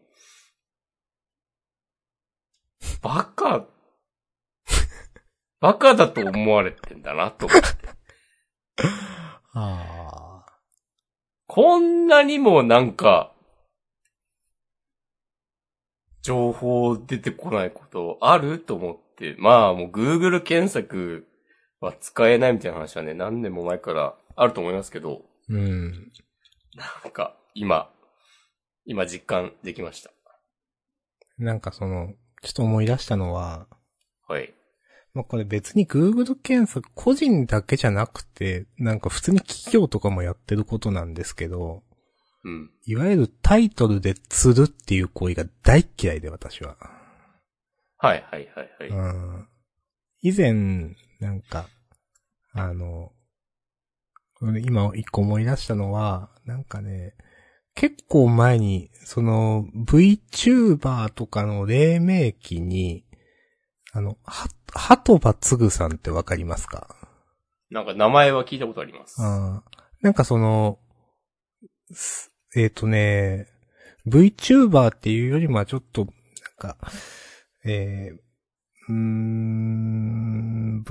バカ、バカだと思われてんだなと思って。
ああ。
こんなにもなんか、情報出てこないことあると思って、まあもう Google 検索は使えないみたいな話はね、何年も前からあると思いますけど、
うん。
なんか今、今実感できました。
なんかその、ちょっと思い出したのは、
はい。
まあ、これ別に Google 検索個人だけじゃなくて、なんか普通に企業とかもやってることなんですけど、
うん。
いわゆるタイトルで釣るっていう行為が大嫌いで私は。
はいはいはいは
う
い。
ん。以前、なんか、あの、今一個思い出したのは、なんかね、結構前に、その VTuber とかの黎明期に、あの、は、はとばつぐさんってわかりますか
なんか名前は聞いたことあります。
ああなんかその、すえっ、とね、VTuber っていうよりもはちょっと、なんか、えー、うーん、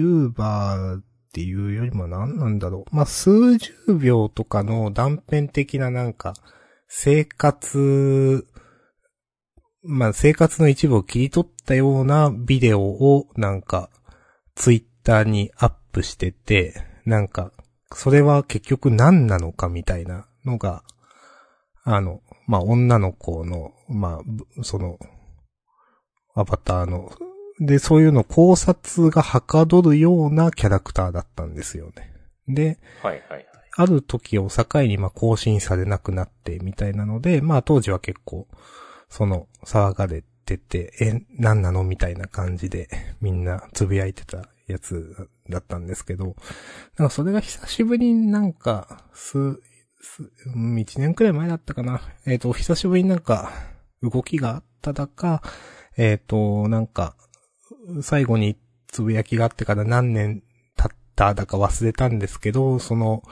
VTuber っていうよりも何なんだろう。まあ、数十秒とかの断片的ななんか、生活、まあ、生活の一部を切り取ったようなビデオをなんか、ツイッターにアップしてて、なんか、それは結局何なのかみたいなのが、あの、まあ、女の子の、まあぶ、その、アバターの、で、そういうの考察がはかどるようなキャラクターだったんですよね。で、
はいはいはい。
ある時を境にまあ更新されなくなってみたいなので、まあ当時は結構、その、騒がれてて、え、何なのみたいな感じで、みんなつぶやいてたやつだったんですけど、なんかそれが久しぶりになんか、す、す、うん、1年くらい前だったかな。えっ、と、久しぶりになんか、動きがあっただか、えっ、と、なんか、最後につぶやきがあってから何年経っただか忘れたんですけど、その、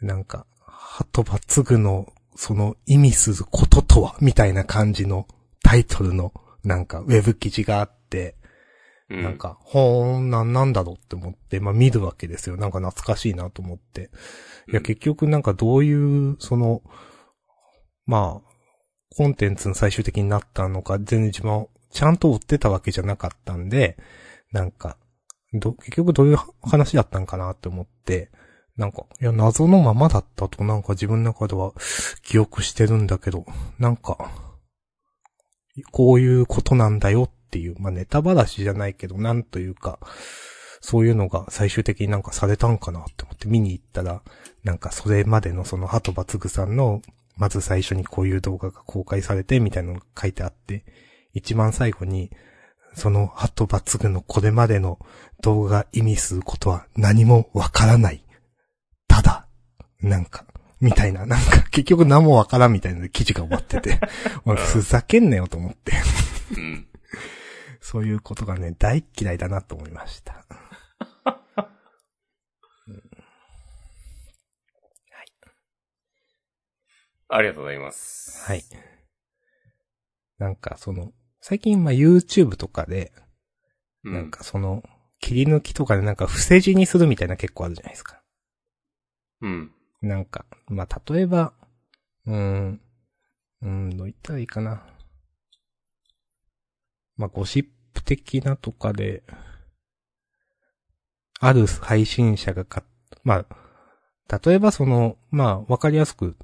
なんか、ハトバツグの、その意味することとは、みたいな感じのタイトルの、なんか、ウェブ記事があって、
うん、
なんか、ほーん、なんなんだろうって思って、まあ見るわけですよ。なんか懐かしいなと思って。いや、
うん
結局なんかどういう、その、まあ、コンテンツの最終的になったのか、全然自分はちゃんと追ってたわけじゃなかったんで、なんか、ど、結局どういう話だったんかなって思って、なんか、いや、謎のままだったとなんか自分の中では記憶してるんだけど、なんか、こういうことなんだよっていう、まあ、ネタばらしじゃないけど、なんというか、そういうのが最終的になんかされたんかなって思って見に行ったら、なんかそれまでのそのハトバツグさんの、まず最初にこういう動画が公開されて、みたいなのが書いてあって、一番最後に、その後抜群のこれまでの動画が意味することは何もわからない。ただ、なんか、みたいな、なんか結局何もわからんみたいな記事が終わってて、俺ふざけんなよと思って、
うん。
そういうことがね、大嫌いだなと思いました。
ありがとうございます。
はい。なんかその、最近まあ YouTube とかで、
う
なん。かその、切り抜きとかでなんか伏せ字にするみたいな結構あるじゃないですか。
うん。
なんか、まあ、例えば、うーん、うーん、どう言ったらいいかな。まあ、ゴシップ的なとかで、ある配信者が買っまあ、例えばその、まあ、わかりやすく、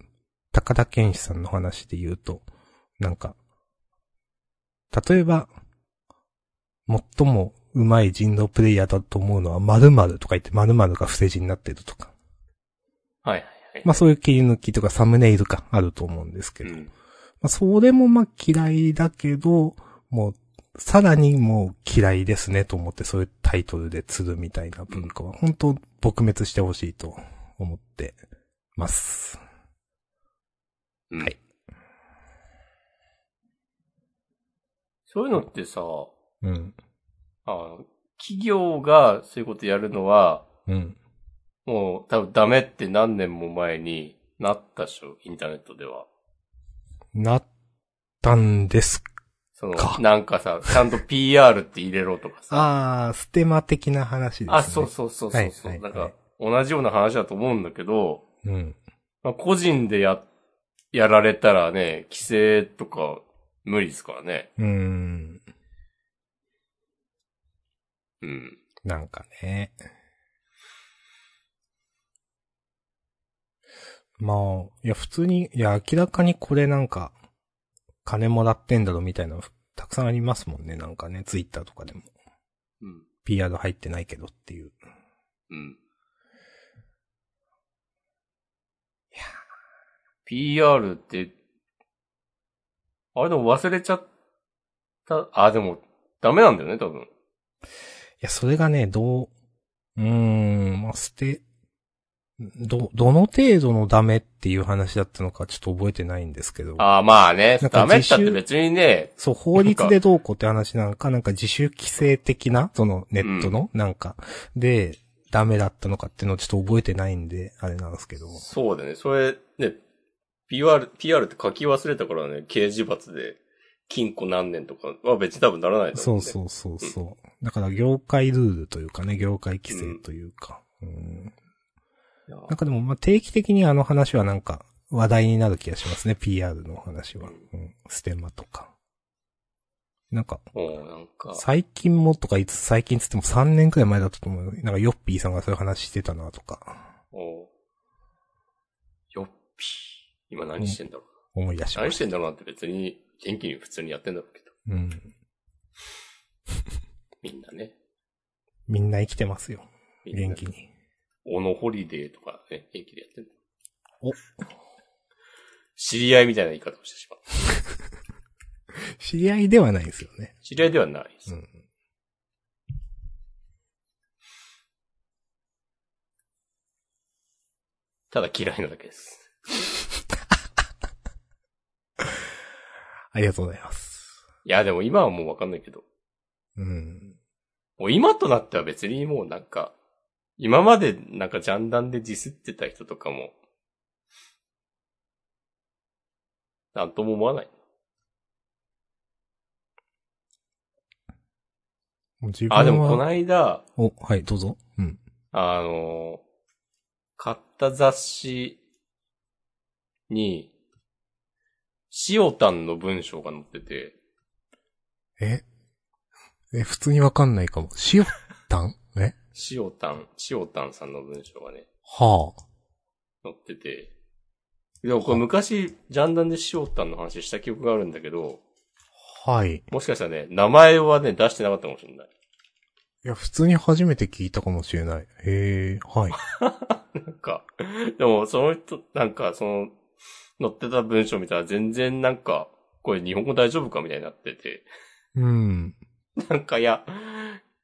高田健志さんの話で言うと、なんか、例えば、最も上手い人狼プレイヤーだと思うのは〇〇とか言って〇〇が不正字になってるとか。
はいはいはい。
まあそういう切り抜きとかサムネイルかあると思うんですけ
う
ど。ま
ん。
あそれもまあ嫌いだけど、もう、さらにもう嫌いですねと思ってそういうタイトルで釣るみたいな文化は本当撲滅してほしいと思ってます。
うん
はい。
そういうのってさ、
うん。
あの、企業がそういうことやるのは、
うん。
もう多分ダメって何年も前になったでしょ、インターネットでは。
なったんです。
その
か、
なんかさ、ちゃんと PR って入れろと かさ。
ああ、ステマ的な話ですね。
あ、そうそうそうそうそう、
はいはい
なん
は
か
い、
同じような話だと思うんだけど、
う。うん。
まあ、個人でや、やられたらね、規制とか無理ですからね。
うーん。
うん。
なんかね。まあ、いや、普通に、いや、明らかにこれなんか、金もらってんだろみたいなの、たくさんありますもんね、なんかね、ツイッターとかでも。
うん。
PR 入ってないけどっていう。
うん。PR って、あれでも忘れちゃった、あ、でも、ダメなんだよね、多分。
いや、それがね、どう、うーん、まあ、捨て、ど、どの程度のダメっていう話だったのかちょっと覚えてないんですけど。
ああ、まあね
なん。か
ダメったっ
自
て
習
別にね、
そう、法律でどうこうって話なのか、なんか自主規制的な、そのネットの、なんか、で、ダメだったのかっていうのをちょっと覚えてないんで、あれなんですけど。
そうだね。それ、ね、PR、PR って書き忘れたからね、刑事罰で、禁錮何年とかは別に多分ならないだろ
そうう
ね。う。
そうそうそう。だから業界ルールというかね、業界規制というか。うん。なんかでも、まあ、定期的にあの話はなんか、話題になる気がしますね、PR の話は。うん。ステマとか。なんか、
もうなんか、
最近もとかいつ、最近つっても3年くらい前だったと思うよ。なんかヨッピーさんがそういう話してたなとか、
おうよっぴー。今何してんだろう。
思い出しま
何
し
したてんだろうなんて別に、元気に普通にやってんだろうけど。
うん。
みんなね。
みんな生きてますよ。
みんな
元気。に。
オノホリデーとかね、元気でやってんだ。
お
知り合いみたいな言い方をしてしまった。
知り合いではないですよね。
知り合いではないです。
うん。
ただ嫌いなだけです。
ありがとうございます。
いや、でも今はもうわかんないけど。
うん。
もう今となっては別にもうなんか、今までなんかジャンダンでディスってた人とかも、なんとも思わない。
もう自分は
あ、でもこの間、
お、はい、どうぞ。うん。
あの、買った雑誌に、しおたんの文章が載ってて、
ええ、普通にわかんないかも。しお ったんえ
しおたん、しおたんさんの文章がね、
はあ。
載ってて、でもこれ昔、ジャンダンでしおたんの話した記憶があるんだけど、
はい。い
もしかしたらね、名前はね、出してなかったかもしれない。
や、普通に初めて聞いたかもしれ ない。へえ、はい。
なんか、でもその人、なんかその、載ってた文章見たら全然なんか、これ日本語大丈夫かみたいになってて。
うん。
なんかいや、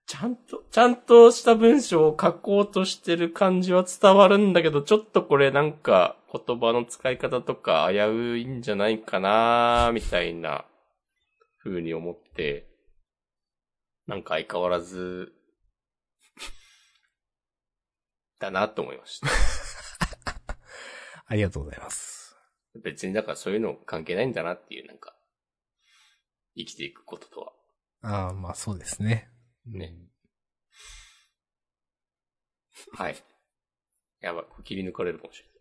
ちゃんと、ちゃんとした文章を書こうとしてる感じは伝わるんだけど、ちょっとこれなんか言葉の使い方とか危ういんじゃないかなみたいな風に思って、なんか相変わらず、 だなと思いました。
ありがとうございます。
別にだからそういうの関係ないんだなっていう、なんか、生きていくこととは。
ああ、まあそうですね。
ね。はい。やばい、これ切り抜かれるかもしれない。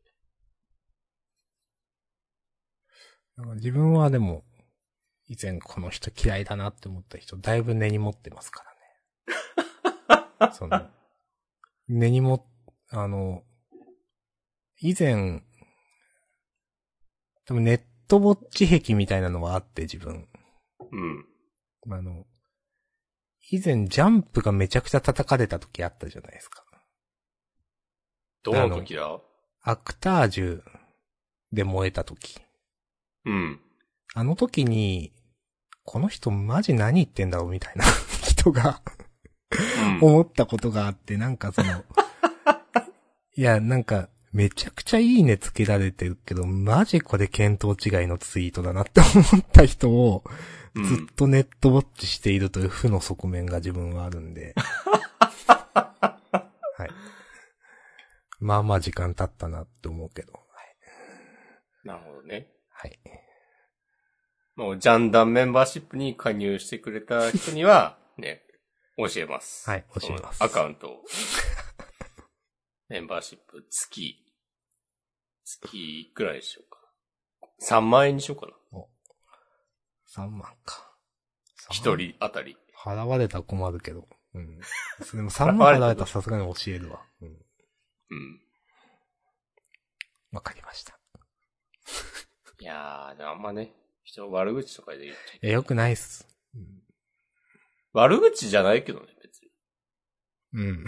なんか自分はでも、以前この人嫌いだなって思った人、だいぶ根に持ってますからね。その、根にも、あの、以前、多分ネットぼっち癖みたいなのはあって自分。
うん。
あの、以前ジャンプがめちゃくちゃ叩かれた時あったじゃないですか。
どの時だ
アクタージュで燃えた時。
うん。
あの時に、この人マジ何言ってんだろうみたいな 人が
うん。
思ったことがあって、なんかそ の、いや、なんか、めちゃくちゃいいねつけられてるけど、マジこれ見当違いのツイートだなって 思った人を、
う
ず
ん
っとネットウォッチしているという負の側面が自分はあるん で。はい。まあまあ時間経ったなって思うけど。
なるほどね。
はい。
もう、ジャンダンメンバーシップに加入してくれた人 には、ね、教えます。
はい教えます
そのアカウントを。メンバーシップ、月。月、いくらにしようか。3万円にしようかな。
3万か。
一。人あたり。
払われたら困るけど。 うん。それも3万払われたらさすがに教えるわ。うん。
うん。
わかりました。
いやー、でもあんまね、人の悪口とかで言っちゃいけ
い
ない
や、よくないっす。
悪口じゃないけどね、別に。
うん。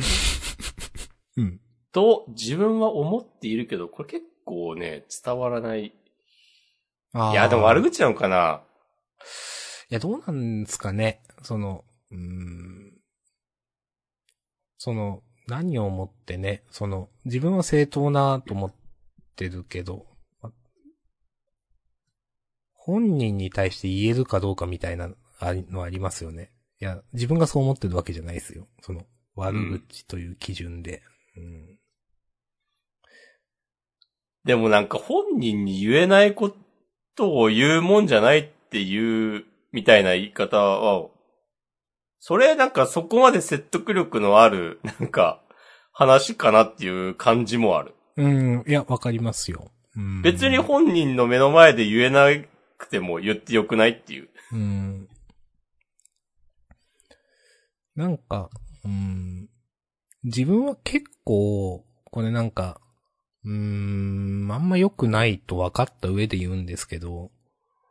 うん。
と、自分は思っているけど、これ結構ね、伝わらない。
あー
いや、でも悪口なのかない
や、どうなんですかね。その、うーん。その、何を思ってね、その、自分は正当なと思ってるけど、ま本人に対して言えるかどうかみたいな、ありのありますよね。いや、自分がそう思ってるわけじゃないですよ。その、悪口という基準で。うん。
でもなんか本人に言えないことを言うもんじゃないっていう、みたいな言い方は、それなんかそこまで説得力のある、 なんか、話かなっていう感じもある。
うん、いや、わかりますよ。うん、
別に本人の目の前で言えなくても言ってよくないっていう。
うん。なんか、うん。自分は結構、これなんか、うん、あんま良くないと分かった上で言うんですけど、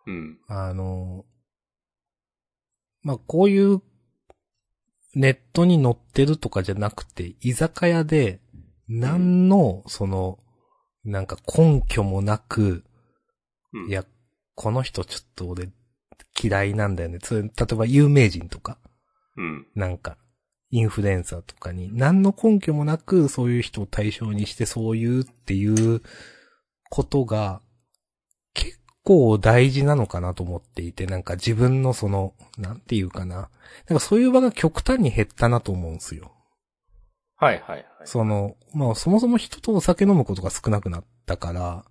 うん。
あの、まあ、こういう、ネットに載ってるとかじゃなくて、居酒屋で、何の、その、なんか根拠もなく、
うん
いや、この人ちょっと俺嫌いなんだよね。それ、例えば有名人とか、
うん。
なんか、インフルエンサーとかに、何の根拠もなくそういう人を対象にしてそういうっていうことが、結構大事なのかなと思っていて、なんか自分のその、なんていうかな。なんかそういう場が極端に減ったなと思うんですよ。
はいはいはい。
その、まあそもそも人とお酒飲むことが少なくなったから、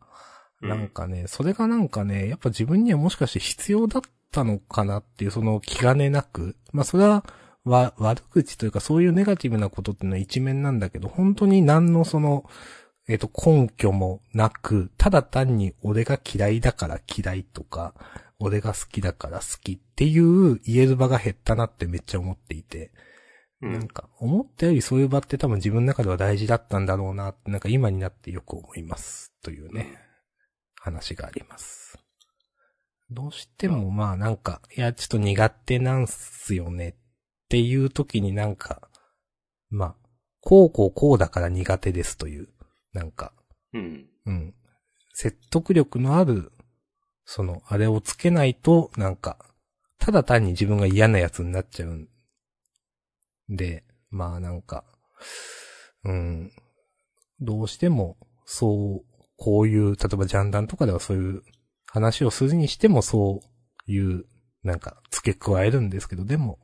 うん
なんかね、それがなんかね、やっぱ自分にはもしかして必要だったのかなっていう、その気兼ねなく、まあそれは、わ、悪口というかそういうネガティブなことっていうのは一面なんだけど、本当に何のその、えっ、と、根拠もなく、ただ単に俺が嫌いだから嫌いとか、俺が好きだから好きっていう言える場が減ったなってめっちゃ思っていて。
う
なん
ん。
か、思ったよりそういう場って多分自分の中では大事だったんだろうなって、なんか今になってよく思います。というね、話があります。どうしてもまあなんか、いや、ちょっと苦手なんすよねっていう時になんか、まあ、こうこうこうだから苦手ですという、なんか、
うん。
うん。説得力のある、その、あれをつけないと、なんか、ただ単に自分が嫌なやつになっちゃうんで、まあなんか、うん、どうしても、そう、こういう、例えばジャンダンとかではそういう話をするにしてもそういう、なんか、付け加えるんですけど、でも、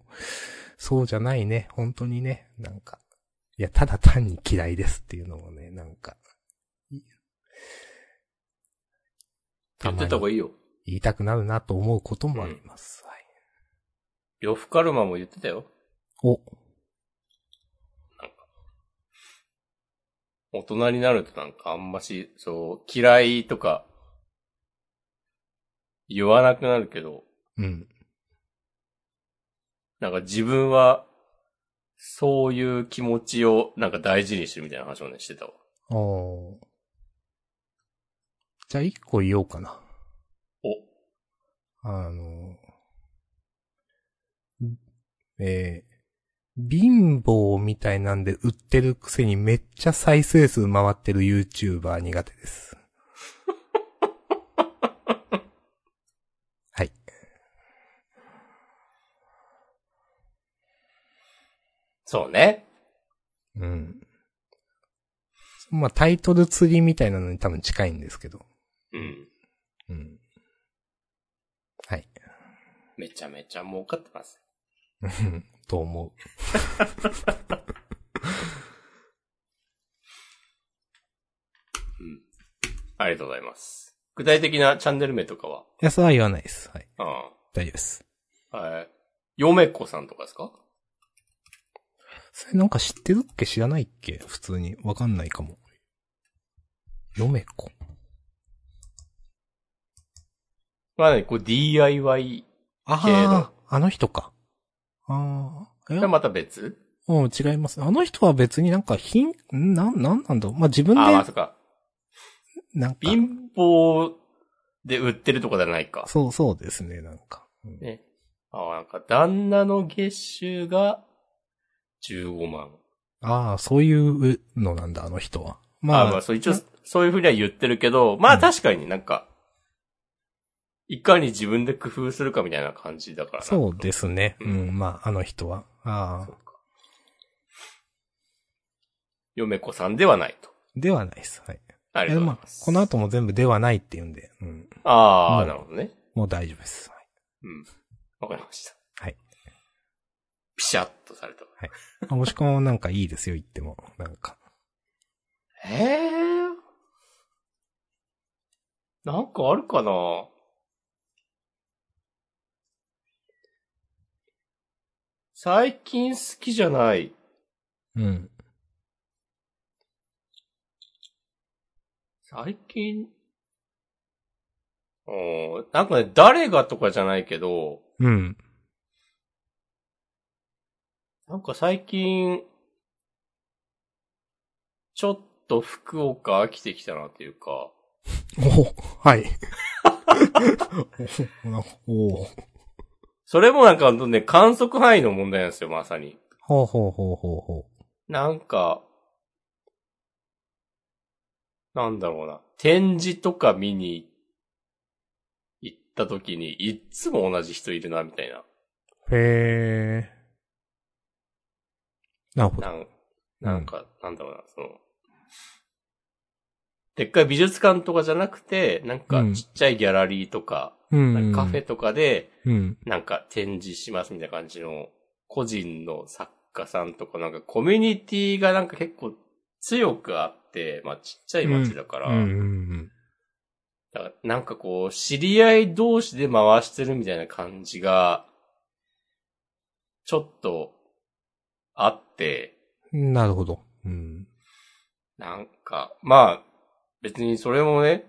そうじゃないね、本当にね、なんか、いや、ただ単に嫌いですっていうのもね、なんか、い
やってた方がいいよ。
言いたくなるなと思うこともあります。はい。
呂布カルマも言ってたよ。
お、
大人になるとなんかあんまし、そう、嫌いとか、言わなくなるけど、
うん、
なんか自分は、そういう気持ちをなんか大事にしてるみたいな話をね、してたわ。
おーじゃあ一個言おうかな。
お、
あの、えー、貧乏みたいなんで売ってるくせにめっちゃ再生数回ってる YouTuber 苦手です。はい。
そうね。
うん。まあ、タイトル釣りみたいなのに多分近いんですけど。
うん。
うん。はい。
めちゃめちゃ儲かってます。
うんと思
ありがとうございます。具体的なチャンネル名とかは
う。いや、それは言わないです。はい。
あ
大丈夫です。
あ。はい。ヨメコさんとかですか
それなんか知ってるっけ知らないっけ普通に。わかんないかも。ヨメコ。
まあね、こう DIY け
あ
ど
あ、あの人か。ああ。い
じ
や
ゃまた別
うん、違います。あの人は別になんか貧、んなん、なんなんだろう。まあ、自分で
ああ、、そっか。
なんか、
貧乏で売ってるとかじゃないか。
そうそうですね、なんか。うん
ね。ああ、なんか旦那の月収が15万。
ああ、そういうのなんだ、あの人は。
まあ、
ま
ま
あ
あ、、そう、一応、そういうふうには言ってるけど、まあ確かになんか、いかに自分で工夫するかみたいな感じだからな。
そうですね。う、
うん
まあ、あの人は。ああ、
嫁子さんではないと。
ではないです。はい。
ありが
え
とうござい
ま
ま
あ、
す。
この後も全部ではないって言うんで、うん、
ああ、
うん
なるほどね。
もう大丈夫です。はい
うん。わかりました。
はい。
ピシャッとされた。
あ、もしくはなんかいいですよ、言っても。なんか。
ええー。なんかあるかな最近好きじゃない。
うん。
最近。うん。なんかね、誰がとかじゃないけど、
うん。
なんか最近、ちょっと福岡飽きてきたなっていうか、
おはい。 おお
それもなんかね、観測範囲の問題なんですよ、まさに。
ほうほうほうほうほ
なんか、なんだろうな。展示とか見に行った時に、いっつも同じ人いるな、みたいな。
う。へー。なるほど
な。んなんか、なんだろうな、その、でっかい美術館とかじゃなくて、なんか
うん
ちっちゃいギャラリーとか、
うん
なんかカフェとかで、
うん。
なんか展示しますみたいな感じの、個人の作家さんとか、なんかコミュニティがなんか結構強くあって、まあちっちゃい町だから、
うんうん
だからなんかこう、知り合い同士で回してるみたいな感じが、ちょっと、あって、
うん。なるほど。うん。
なんか、まあ、別にそれもね、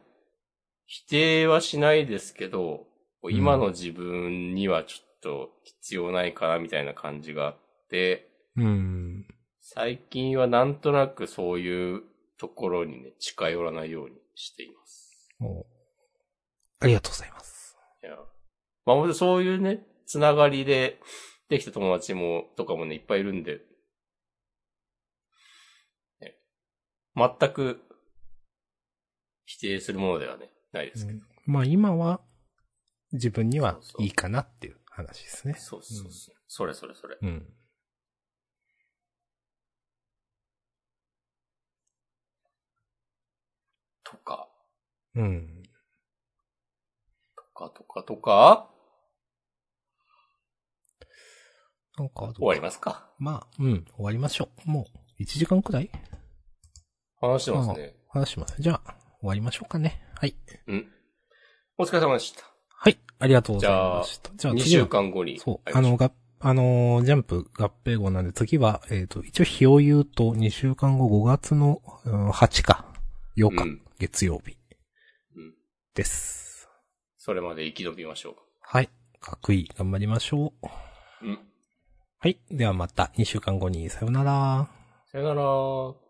否定はしないですけど、
ん
今の自分にはちょっと必要ないかなみたいな感じがあって、
うん。
最近はなんとなくそういうところにね、近寄らないようにしています。
おありがとうございます。
いや。まあもちろんそういうね、つながりでできた友達も、とかもね、いっぱいいるんで、ね、全く、否定するものではね、ないですけど。
まあ今は、自分にはいいかなっていう話ですね。
そうそうそう。それそれそれ。
うん。
とか、
うん。
とか、とか、とか、
なんかどうか、
終わりますか。
まあ、うん、終わりましょう。もう、1時間くらい
話してますね。
話します。じゃあ、終わりましょうかね。はい。
うん。お疲れ様でした。
はい。ありがとうございました。じゃ
2
次は
週間後に。
そう。あの、、が、あのージャンプ合併号なんで、次は、えっ、と、一応日を言うと、2週間後5月の、うん、8か、8日、
うん
月曜日
うん。
です。
それまで生き延びましょ
はい。かっこいい。頑張りましょう。
う。うん。
はい。ではまた2週間後に、さようなら。
さよなら。